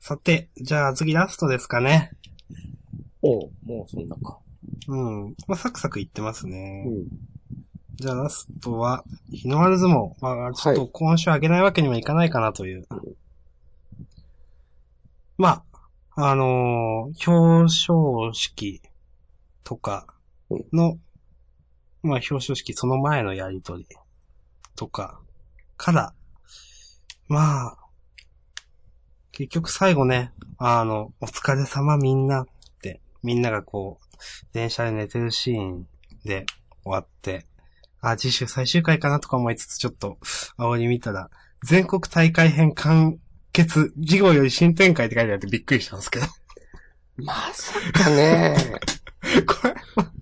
さて、じゃあ次ラストですかね。おうもうそんなか。うん。まあ、サクサクいってますね。うん。じゃあラストは、日の丸相撲。まあ、ちょっと今週あげないわけにもいかないかなという。まあ、あのー表彰式とかの、まあ、表彰式その前のやりとりとかから、まあ、結局最後ね、あの、お疲れ様みんなって、みんながこう、電車で寝てるシーンで終わって、あ、次週最終回かなとか思いつつ、ちょっと、煽り見たら、全国大会編完結、事業より新展開って書いてあってびっくりしたんですけど。 まさかね。これ、ま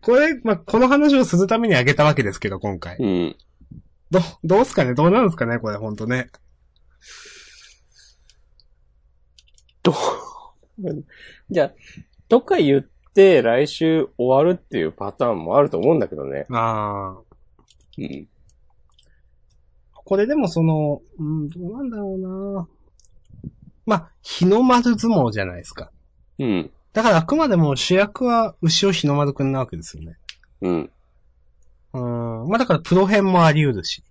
これ、まあ、この話をするためにあげたわけですけど、今回。 うん。ど、どうすかねどうなるんですかねこれ、ほんとね。どう、じゃあ、とか言って来週終わるっていうパターンもあると思うんだけどね。ああ。うん。これでもその、うん、どうなんだろうなまあ、日の丸相撲じゃないですか。うん。だからあくまでも主役は牛尾日の丸くんなわけですよね。うん。うん。まあだからプロ編もあり得るし。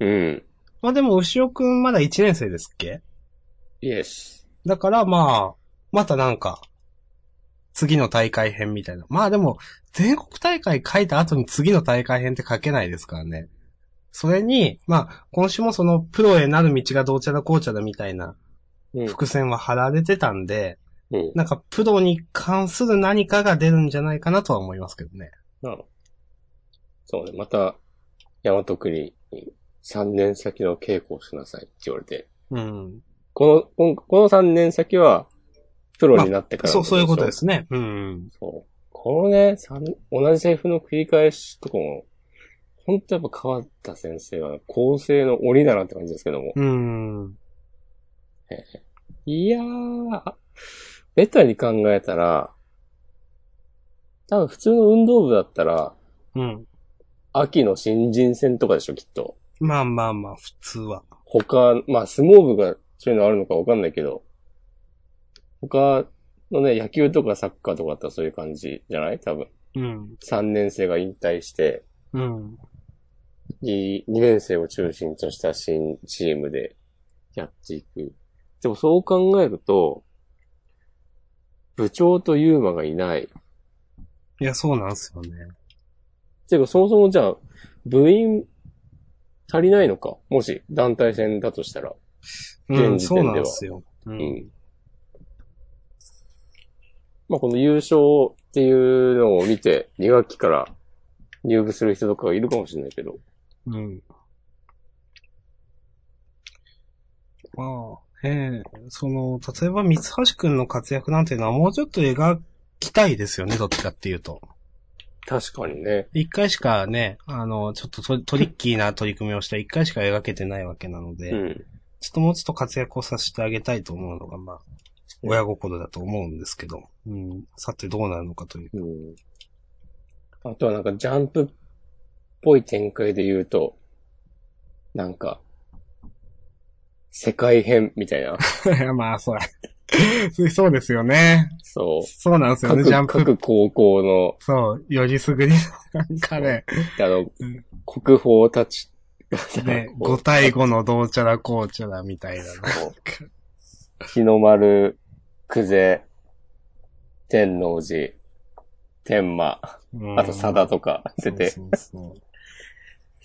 うん。まあでも、牛尾くんまだ1年生ですっけイエス。だからまあ、またなんか、次の大会編みたいな。まあでも、全国大会書いた後に次の大会編って書けないですからね。それに、まあ、今週もそのプロへなる道がどうちゃらこうちゃらみたいなうん。伏線は張られてたんで、うん。なんかプロに関する何かが出るんじゃないかなとは思いますけどね。なのそうね。また、ヤマトクに3年先の稽古をしなさいって言われて。うん。この、こんこの3年先は、プロになってからそう、のそういうことでしすね。うん。ょ。そう。このね、三同じセリフの繰り返しとかも、ほんとやっぱ変わった先生は、構成の鬼だなって感じですけども。うん。いやー、ベタに考えたら、多分普通の運動部だったら、うん。秋の新人戦とかでしょ、きっと。まあまあまあ、普通は。他、まあ相撲部がそういうのあるのかわかんないけど、他のね、野球とかサッカーとかだったらそういう感じじゃない多分。うん。 3年生が引退して、うん。 2年生を中心とした新チームでやっていく。でもそう考えると、部長とユーマがいない。いや、そうなんですよね。ていうか、そもそもじゃあ、部員足りないのかもし、団体戦だとしたら。う現ん、時そう点なんではですよ。う。。うんまあ、この優勝っていうのを見て、2学期から入部する人とかがいるかもしれないけど。うん。まあ、ええその、例えば、三橋くんの活躍なんていうのはもうちょっと描きたいですよね、どっちかっていうと。確かにね。一回しかね、あの、ちょっとトトリッキーな取り組みをした一回しか描けてないわけなので、うん。ちょっともうちょっと活躍をさせてあげたいと思うのが、まあ、親心だと思うんですけど、うん。さてどうなるのかという。うん。あとはなんか、ジャンプっぽい展開で言うと、なんか、世界編み たい な。まあ、そうや。 そうですよね。そう。そうなんですよね、各ジャンプ各高校のそう、よりすぐり、なんかね、であのうん、国宝たちがさ、ね、こ5対5のどうちゃらこうちゃらみたいなの。う日の丸、久世、天王寺、天馬、う んあとサダとか出て。そうそうそう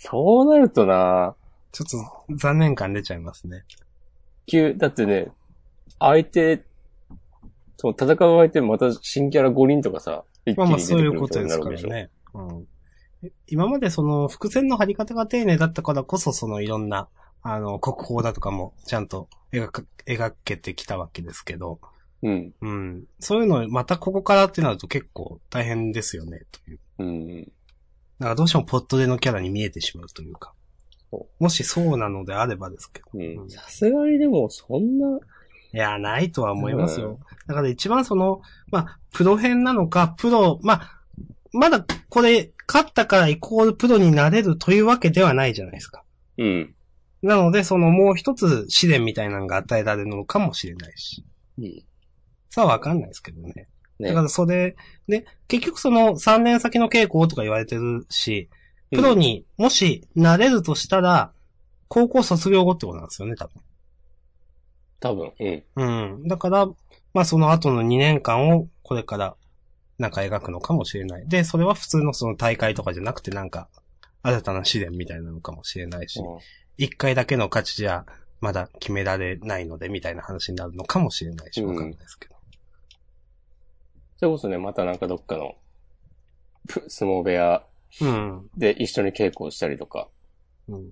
そうなるとなちょっと残念感出ちゃいますね。急、だってね、相手、そう、戦う相手また新キャラ5人とかさ、一気まあにまあ出そうていくうるここととにでなするかわけでしらょ。ね。うん、今までその伏線の張り方が丁寧だったからこそそのいろんな、あの、国宝だとかもちゃんと描か、描けてきたわけですけど、うん。うん。そういうのをまたここからってなると結構大変ですよね、という。うん。だからどうしてもポットでのキャラに見えてしまうというかそ。もしそうなのであればですけど。うん。さすがにでも、そんな、いや、ないとは思いますうよ。だから一番その、まあ、プロ編なのか、プロ、まあ、まだこれ、勝ったからイコールプロになれるというわけではないじゃないですか。うん。なので、そのもう一つ試練みたいなのが与えられるのかもしれないし。うん。さあわかんないですけどね。だねか。らそれ、で、結局その3年先の稽古とか言われてるし、プロにもしなれるとしたら、高校卒業後ってことなんですよね、多分。多分、うん。うん。だから、まあその後の2年間をこれからなんか描くのかもしれない。で、それは普通のその大会とかじゃなくてなんか新たな試練みたいなのかもしれないし、一、回だけの価値じゃまだ決められないのでみたいな話になるのかもしれないし、うんわかんないですけど。それこそね、またなんかどっかの、ぷ相撲部屋うん。で一緒に稽古をしたりとか、うん。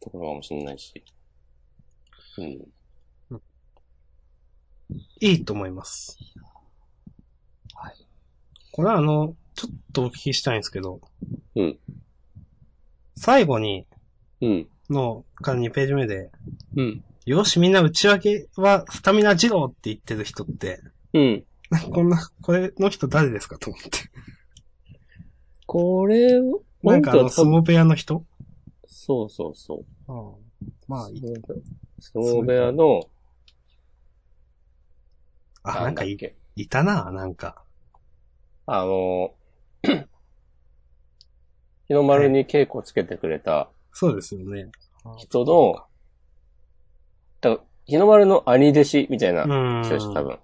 ところかもしれないし。うん。いいと思います。はい。これはあの、ちょっとお聞きしたいんですけど。うん。最後に、うん。の、から2ページ目で、うん。よしみんな内訳はスタミナ二郎って言ってる人って、 うん。こんな、これの人誰ですかと思って。これを、なんかあの、相撲部屋の人そうそうそう。うん。まあ、い相撲部屋の、あ、なんかい、け。いたな、なんか。あの、 日の丸に稽古つけてくれたそうですよね。人の、だから日の丸の兄弟子みたいなうーん。人でしょ、多分。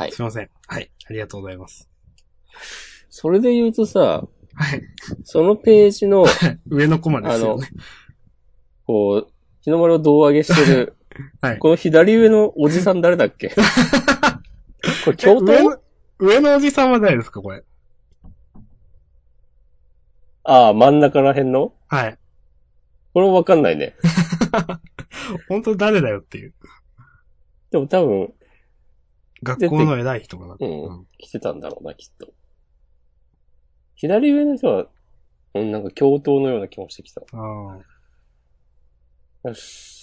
はいすいません。はい。ありがとうございます。それで言うとさ、はい。そのページ の、上のコマですよね。こう、日の丸を胴上げしてる、 はいこの左上のおじさん誰だっ けこれ、京え上都の、上のおじさんは誰ですか、これ。ああ、真ん中ら辺のはい。これもわかんないね。本当に誰だよっていう。でも多分、学校の偉い人かな。うんうん来てたんだろうな、きっと。左上の人は、うん、なんか教頭のような気もしてきた。あーよし。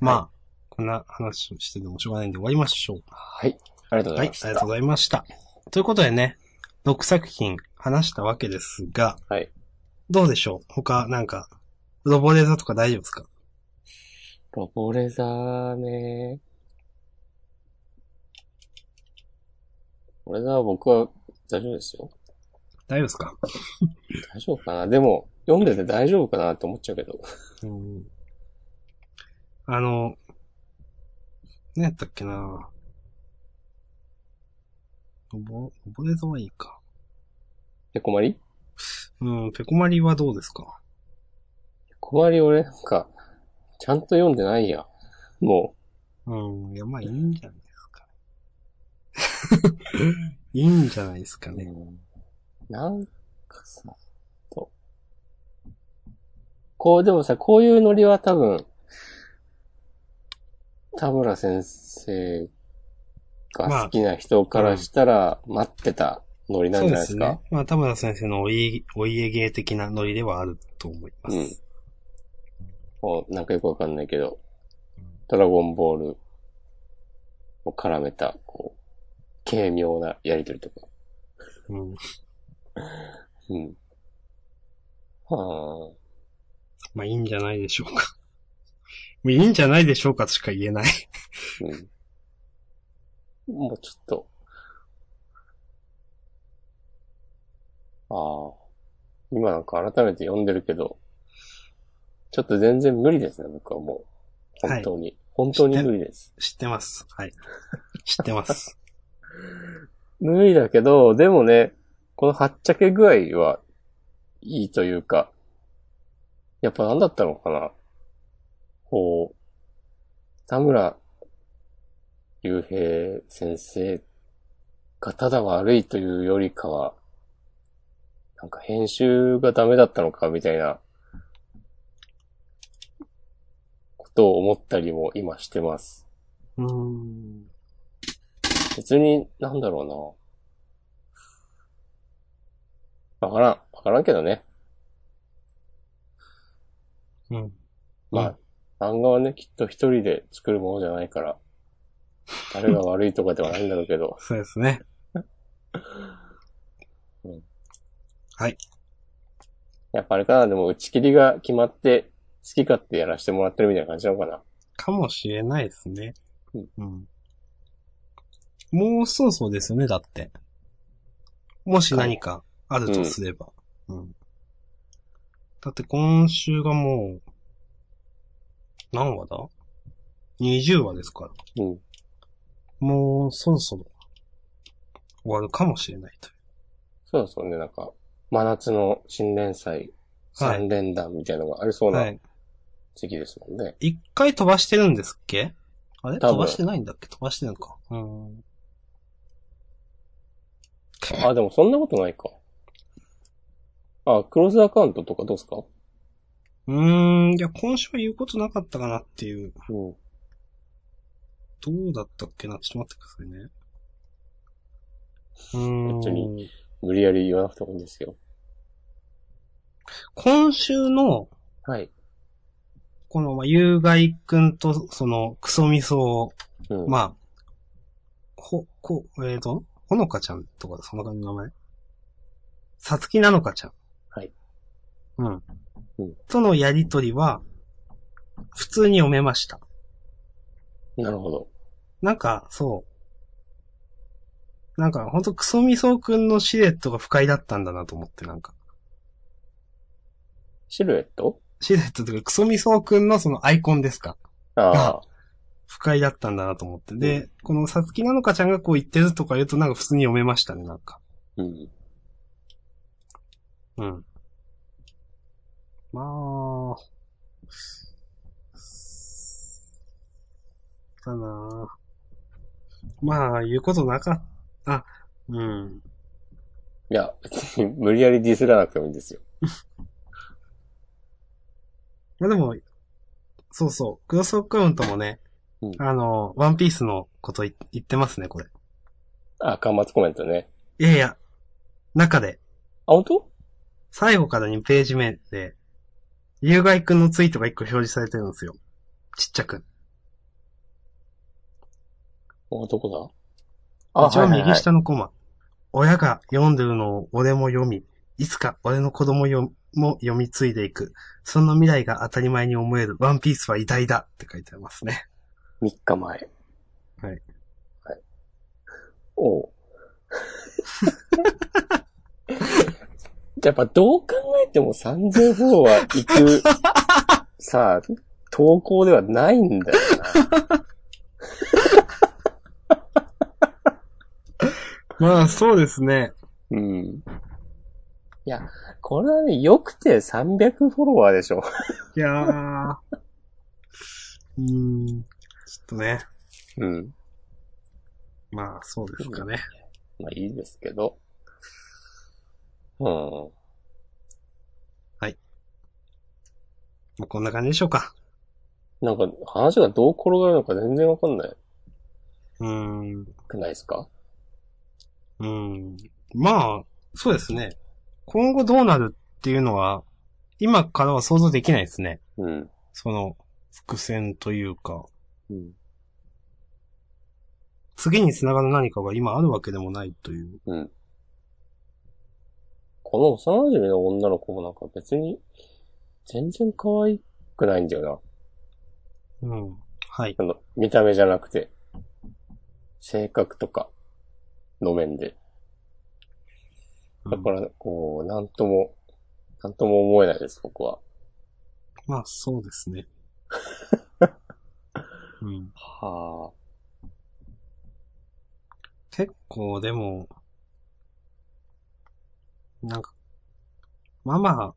まあ、こんな話をしててもしょうがないんで終わりましょう。はい。ありがとうごはざいい、ありました。がとうございました。ということでね、6作品話したわけですが、はいどうでしょう他、なんか、ロボレーザとか大丈夫ですかロボレザーね。ロボレザーは僕は大丈夫ですよ。大丈夫ですか大丈夫かなでも、読んでて大丈夫かなって思っちゃうけど。うんあの、何やったっけなロボ、ロボレーザはいいか。え、困りうん、ペコマリはどうですか困り俺なんか、ちゃんと読んでないや。もうん、いや、まあ、いいんじゃないですか。 いいんじゃないですかう。ね。なんかさ、と。こう、でもさ、こういうノリは多分、田村先生が好きな人からしたら待ってたノリなんじゃないですか。。まあ、田村先生のお家、お家芸的なノリではあると思います。うんもうなんかよくわかんないけど、ドラゴンボールを絡めた、こう、軽妙なやりとりとか。うん。うん。はあ。まあ、いいんじゃないでしょうか。 いいんじゃないでしょうかとしか言えない。うん。もうちょっと。ああ。今なんか改めて読んでるけど、ちょっと全然無理ですね、僕はもう。本当に。本当に無理です。知ってます。はい。知ってます。無理だけど、でもね、このはっちゃけ具合は、いいというか、やっぱ何だったのかな。こう、田村雄平先生がただ悪いというよりかは、なんか編集がダメだったのかみたいな、ことを思ったりも今してます。 うん。別に、なんだろうな。わからん。わからんけどね。うん。。まあ、漫画はね、きっと一人で作るものじゃないから、誰が悪いとかではないんだろうけど そうですね。やっぱあれかな、でも打ち切りが決まって、好き勝手やらせてもらってるみたいな感じなのかな。かもしれないですね。うんうん。もうそうそうですよね、だって。もし何かあるとすれば。うん。だって今週がもう、何話だ ?20 話ですから。うん。もうそろそろ終わるかもしれないといそうそうね、なんか、真夏の新連載、う。はい。三連弾みたいなのがありそうは。ない時期ですもんね。一回飛ばしてるんですっけあれ多分飛ばしてないんだっけ飛ばしてるのか。うん。あ、でもそんなことないか。あ、クローズアカウントとかどうすかうーん、いや、今週は言うことなかったかなっていう。うん。どうだったっけなちょっと待ってくださいね。うーん。別に無理やり言わなくてもいいんですよ。今週の、はい。この、まあ、有害くんと、その、クソミソを、うん。まあ、ほ、こ、えーと、ほのかちゃんとか、そんな感じの名前さつきなのかちゃん。はい。うん。うんとのやりとりは、普通に読めました。なるほど。なんか、そう。なんか、ほんとクソミソくんのシルエットが不快だったんだなと思って、なんか。シルエットシルエットというか、クソミソくんのそのアイコンですかああ。不快だったんだなと思って。で、このさつきなのかちゃんがこう言ってるとか言うとなんか普通に読めましたね、なんか。うん。うん。まあ、だなあまあ、言うことなかった。あ、うん。いや、 別に無理やりディスらなくてもいいんですよ。まあでも、そうそう、クロスオカウントもね、うんあの、ワンピースのこと言言ってますね、これ。あ、間末コメントね。いやいや、中で、あ、本当最後から2ページ目で、有害くんのツイートが1個表示されてるんですよ。ちっちゃく。あ、どこだあ、一はい番はいは右い。下のコマ。親が読んでるのを俺も読み、いつか俺の子供よも読み継いでいく。そんな未来が当たり前に思える。ワンピースは偉大だって書いてありますね。 3日前。はいはい。おう。 やっぱどう考えても3000フォロワー行 く、さあ、投稿ではないんだよまあ、そうですね。な。うん。いや、これはね、良くて300フォロワーでしょ。いやー。うーん。ちょっとね。 うん。まあ、そうですかね。まあいいですけど。うん。まあ、こんな感じでしょうか。なんか話がどう転がるのか全然わかんなうーん。くないですかうーん。まあ、そうですね。今後どうなるっていうのは、今からは想像できないですね。うん。その、伏線というか、うん。次に繋がる何かが今あるわけでもないという。うん。この幼馴染の女の子もなんか別に全然可愛くないんだようん。はい。な。あの、見た目じゃなくて、性格とか、の面で。だかうんら、こう、なんとも、なんとも思えないです、僕は。まあ、そうで すね。うん。は結構でも、なんか、まあまあ、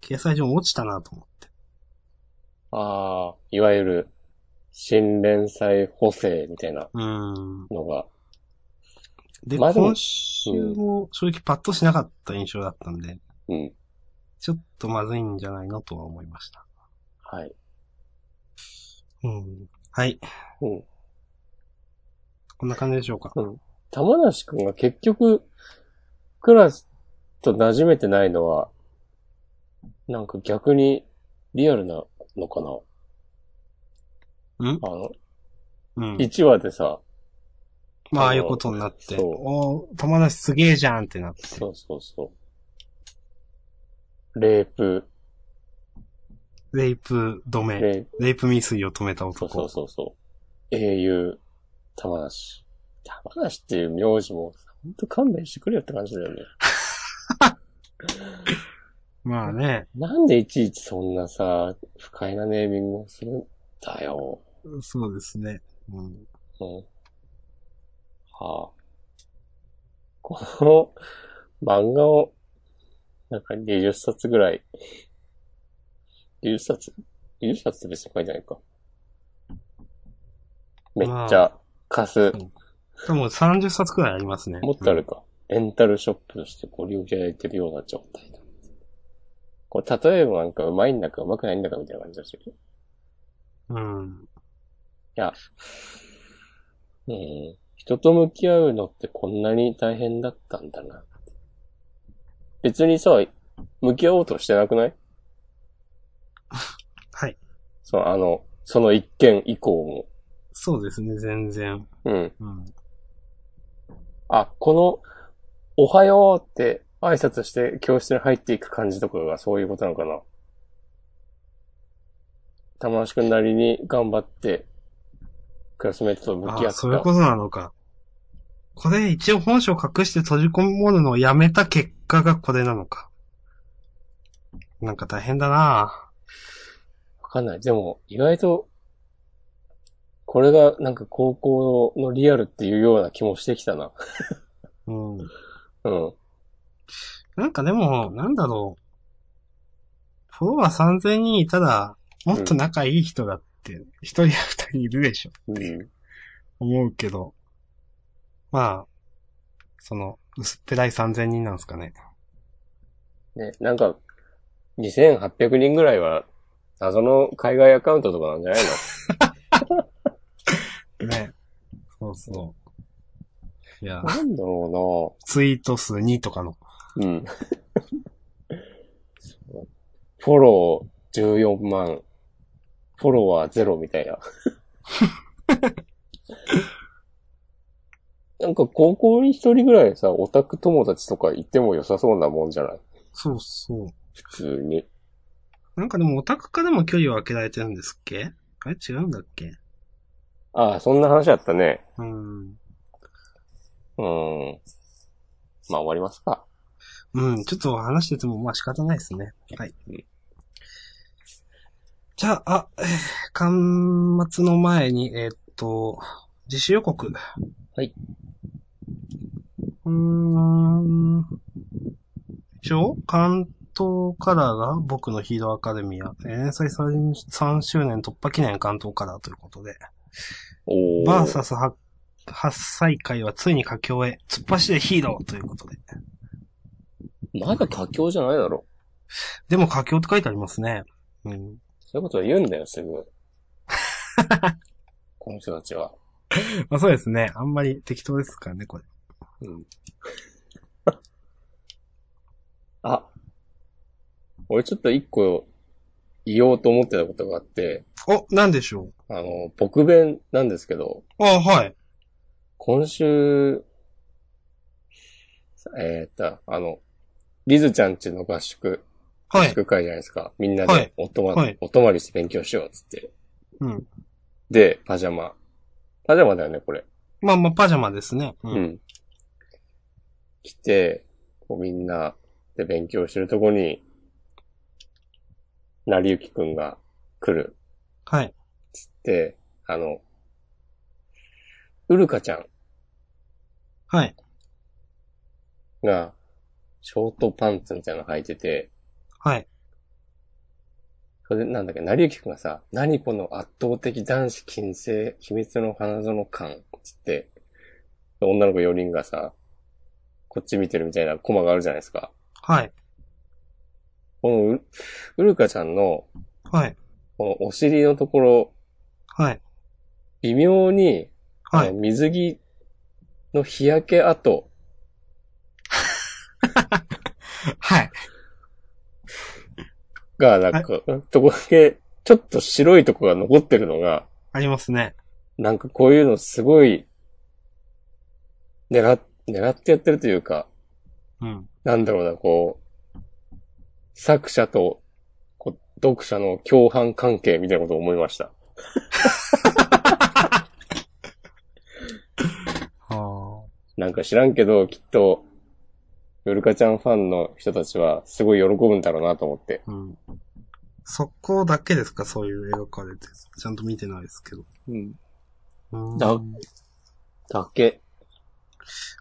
掲載上落ちたなと思って。ああ、いわゆる、新連載補正みたいなうん。のが、で、まあでも今週も正直パッとしなかった印象だったんで、うん、ちょっとまずいんじゃないのとは思いました。はい。うん。はい。うん。こんな感じでしょうか。玉梨くんが結局、クラスと馴染めてないのは、なんか逆にリアルなのかな。んあの、うん。 1話でさ、まあ、ああいうことになって。そうおー友達すげえじゃんってなって。そうそうそう。レイプ、レイプ止め、レイプ、レイプ未遂を止めたそう男。そうそうそう。英雄、玉梨。玉梨っていう名字も、ほんと勘弁してくれよって感じだよね。まあね、なんでいちいちそんなさ、不快なネーミングをするんだよ。そうですね。うん。うん。はあ。この漫画を、なんか20冊ぐらい、20冊 ?20 冊って別に書いてないか。めっちゃ貸す。あでも30冊くらいありますね。もっとあるか。レンタルショップとしてご利用いただいてるような状態だ。これ例えばなんか上手いんだか上手くないんだかみたいな感じだし。うん。いや、うん。人と向き合うのってこんなに大変だったんだな。別にさ、向き合おうとしてなくない はい。そう、あの、その一件以降そうですね、全然。も。うん。うん。あ、この、おはようって挨拶して教室に入っていく感じとかがそういうことなのかな。玉梨くんなりに頑張って、クラスメイトと向き合あっあ、た。そういうことなのか。これ一応本性隠して閉じ込もるのをやめた結果がこれなのか。なんか大変だなわかんない。でも、意外と、これがなんか高校のリアルっていうような気もしてきたな。 うん。うん。なんかでも、なんだろう。フォロワー3000人いたら、もっと仲いい人だって、一、人や二人いるでしょ。うん。思うけど。まあ、その、薄っぺらい3000人なんですかね。ね、なんか、2800人ぐらいは、謎の海外アカウントとかなんじゃないのね。そうそう。い や、なんだろツイート数2とかの。うなうん。フォロー14万、フォロワーゼロみたい な。なんか高校に一人ぐらいさ、オタク友達とかいても良さそうなもんじゃないそうそ普通に。う。なんかでもオタクからも距離を空けられてるんですっけあれ違うんだっけああ、そんな話だったね。うん。うーん。まあ終わりますか。うん、ちょっと話しててもまあ仕方ないですね。はいうん。じゃあ、あ、えー、巻末の前に、えーっと、自主予告。はい。うーん。一応、関東カラーが僕のヒーローアカデミア、えー連載3周年突破記念関東カラーということで、おー。バーサス8歳会はついに佳境へ、突っ走れヒーローということで。まだ佳境じゃないだろ。でも佳境って書いてありますね。うん。そういうこと言うんだよ、すぐ。この人たちは。まあそうですね。あんまり適当ですからね、これ。うん。あ。俺ちょっと一個言おうと思ってたことがあって、お、なんでしょうあの、僕弁なんですけど、あ、はい。今週、えーっと、あの、リズちゃんちの合宿、は合い。宿会じゃないですか。みんなはいでおとま、はいお泊まりして勉強しようっつって。うん。で、パジャマ。パジャマだよね、これ。まあまあ、パジャマですね。うう。ん。来て、こうみんなで勉強してるとこに、なりゆきくんが来るはい。っつって、あの、うるかちゃん。はい。が、ショートパンツみたいなの履いてて、はい。それでなんだっけ、成幸くんがさ、何この圧倒的男子禁制、秘密の花園感、つって、女の子4人がさ、こっち見てるみたいなコマがあるじゃないですか。はい。このう、うるかちゃんの、はい。このお尻のところ、はい。微妙に、はあいの。水着の日焼け跡はい。が、なんか、とこだけ、ちょっと白いとこが残ってるのが、ありますね。なんかこういうのすごい、狙っ、狙ってやってるというか、うん。なんだろうな、こう、作者と、こう読者の共犯関係みたいなことを思いました。はなんか知らんけど、きっと、ヨルカちゃんファンの人たちは、すごい喜ぶんだろうなと思って。あ。うん。そこだけですかそういう映画館で。ちゃんと見てないですけど。うん。うん。だだけ。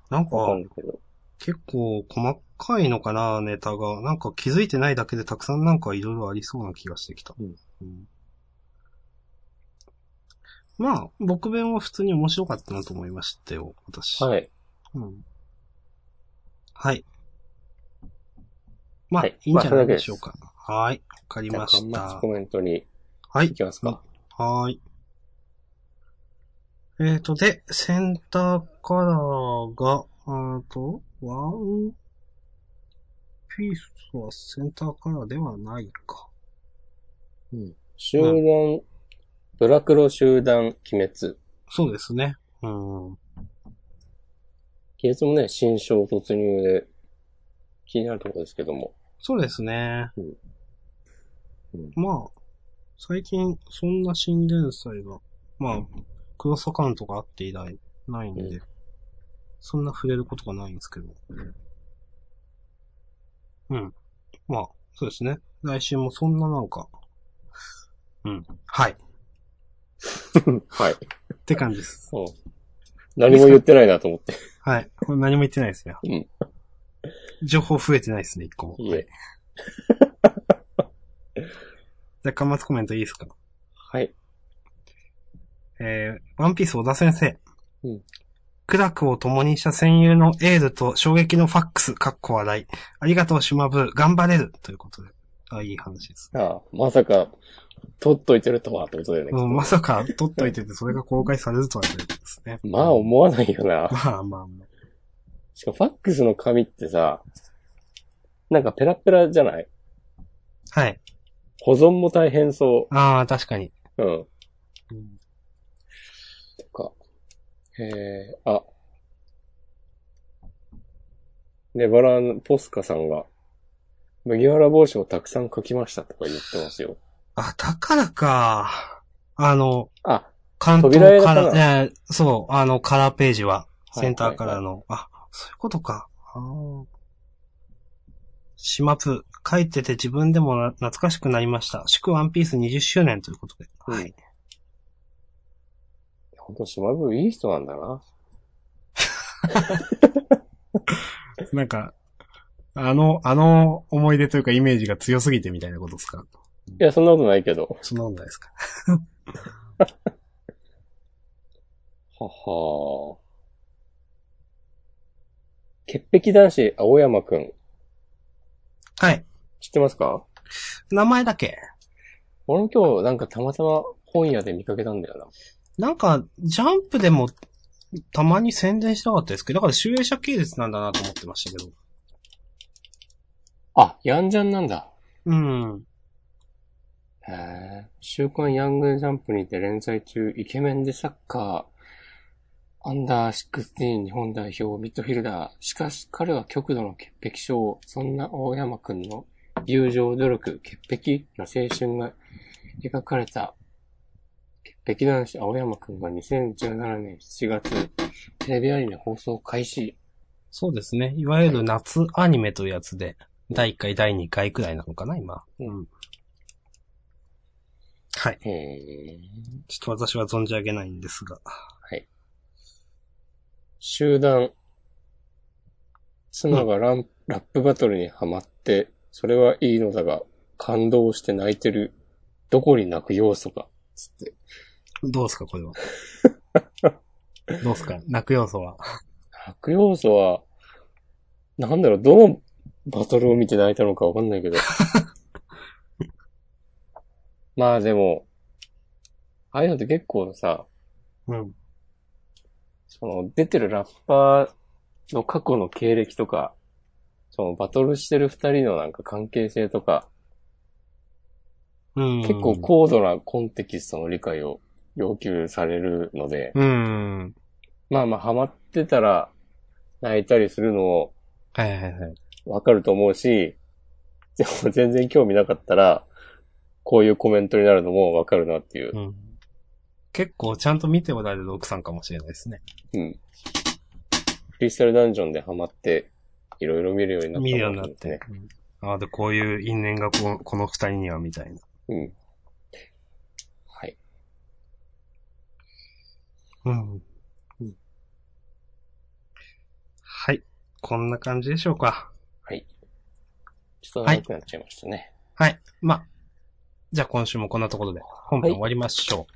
なんか、わかんないけど。結構細かいのかな、ネタが。なんか気づいてないだけでたくさんなんかいろいろありそうな気がしてきた。うんうんまあ、僕弁は普通に面白かったなと思いましたよ、私。い。はい。うん、はい。まあ、はいい、いんじゃないでしょうか。はい。わかりじゃまあ、し端た末。コメントにはい行。きますか。はーい。えーと、で、センターカラーが、あーと、ワンピースはセンターカラーではないか。集団、ブラクロ集団、鬼滅。そうですね。うん。鬼滅もね、新章突入で、気になるところですけど も。そうですね。うんうんまあ、最近、そんな新連載が、まあ、クロスカウントがあって以来、ないんで、うんそんな触れることがないんですけど。うん。まあ、そうですね。来週もそんななんか、うん。はい。っはい。て感じです。そう。何も言ってないなと思って。はい。これ何も言ってないですね。うん情報増えてないですね、一個も。 いえ。じゃあ、巻末コメントいいですかはい。えー、ワンピース小田先生。うん苦楽を共にした戦友のエールと衝撃のファックス、かっこ笑い。ありがとう、島ブー、頑張れるということで。あ、いい話です。ああ、まさか、取っといてるとは、ってことだよね。きっうとん、まさか、撮っといてて、それが公開されるとはということですね。 まあ、思わないよな。まあまあまあ。しかも、ファックスの紙ってさ、なんかペラペラじゃないはい。保存も大変そああ、確かに。う。うん。うんとか。えー、あ。ネバランポスカさんが、麦わら帽子をたくさん書きましたとか言ってますよ。あ、だからか。あの、あ、関東扉絵だかからら、えーそう、あの、カラーページは、いセンターからの、あ、そういうことか。あー島プ、書いてて自分でもな懐かしくなりました。祝ワンピース20周年ということで。うんはい。ほんと島部いい人なんだな。なんか、あの、あの思い出というかイメージが強すぎてみたいなことですかいや、そんなことないけど。そんなことないですかははー。潔癖男子、青山くん。はい。知ってますか名前だけ。俺も今日なんかたまたま本屋で見かけたんだよな。なんか、ジャンプでも、たまに宣伝したかったですけど、だから集英社系列なんだなと思ってましたけど。あ、ヤンジャンなんだ。うん。へえ。週刊ヤングジャンプにて連載中、イケメンでサッカー、アンダー16日本代表ミッドフィルダー。しかし彼は極度の潔癖症。そんな大山くんの友情努力、潔癖の青春が描かれた。潔癖男子青山くんが2017年7月、テレビアニメ放送開始。そうですね。いわゆる夏アニメというやつで、第1回、第2回くらいなのかな、今。うん。はい。へえ。ちょっと私は存じ上げないんですが。集団、妻がランラップバトルにハマって、それはいいのだが、感動して泣いてる。どこに泣く要素がつって。どうですか、こ れは。どうですか泣く要素は。泣く要素は、なんだろう、どのバトルを見て泣いたのかわかんないけど。まあでも、ああいうのって結構さ、うん。その出てるラッパーの過去の経歴とか、そのバトルしてる二人のなんか関係性とか、うん。結構高度なコンテキストの理解を要求されるので、う。うん。まあまあハマってたら泣いたりするのもはいはいはい。わかると思うし、でも全然興味なかったら、こういうコメントになるのもわかるなっていうう。ん。結構ちゃんと見ておられる奥さんかもしれないですね。うん。クリスタルダンジョンでハマって、いろいろ見るようになった。見るようになって。ね。うんああ、で、こういう因縁がここの二人にはみたいな。うん。はい。うん。はい。こんな感じでしょうか。はい。ちょっと長くなっちゃいましたね。はい。まあ、じゃあ今週もこんなところで本編終わりましょう。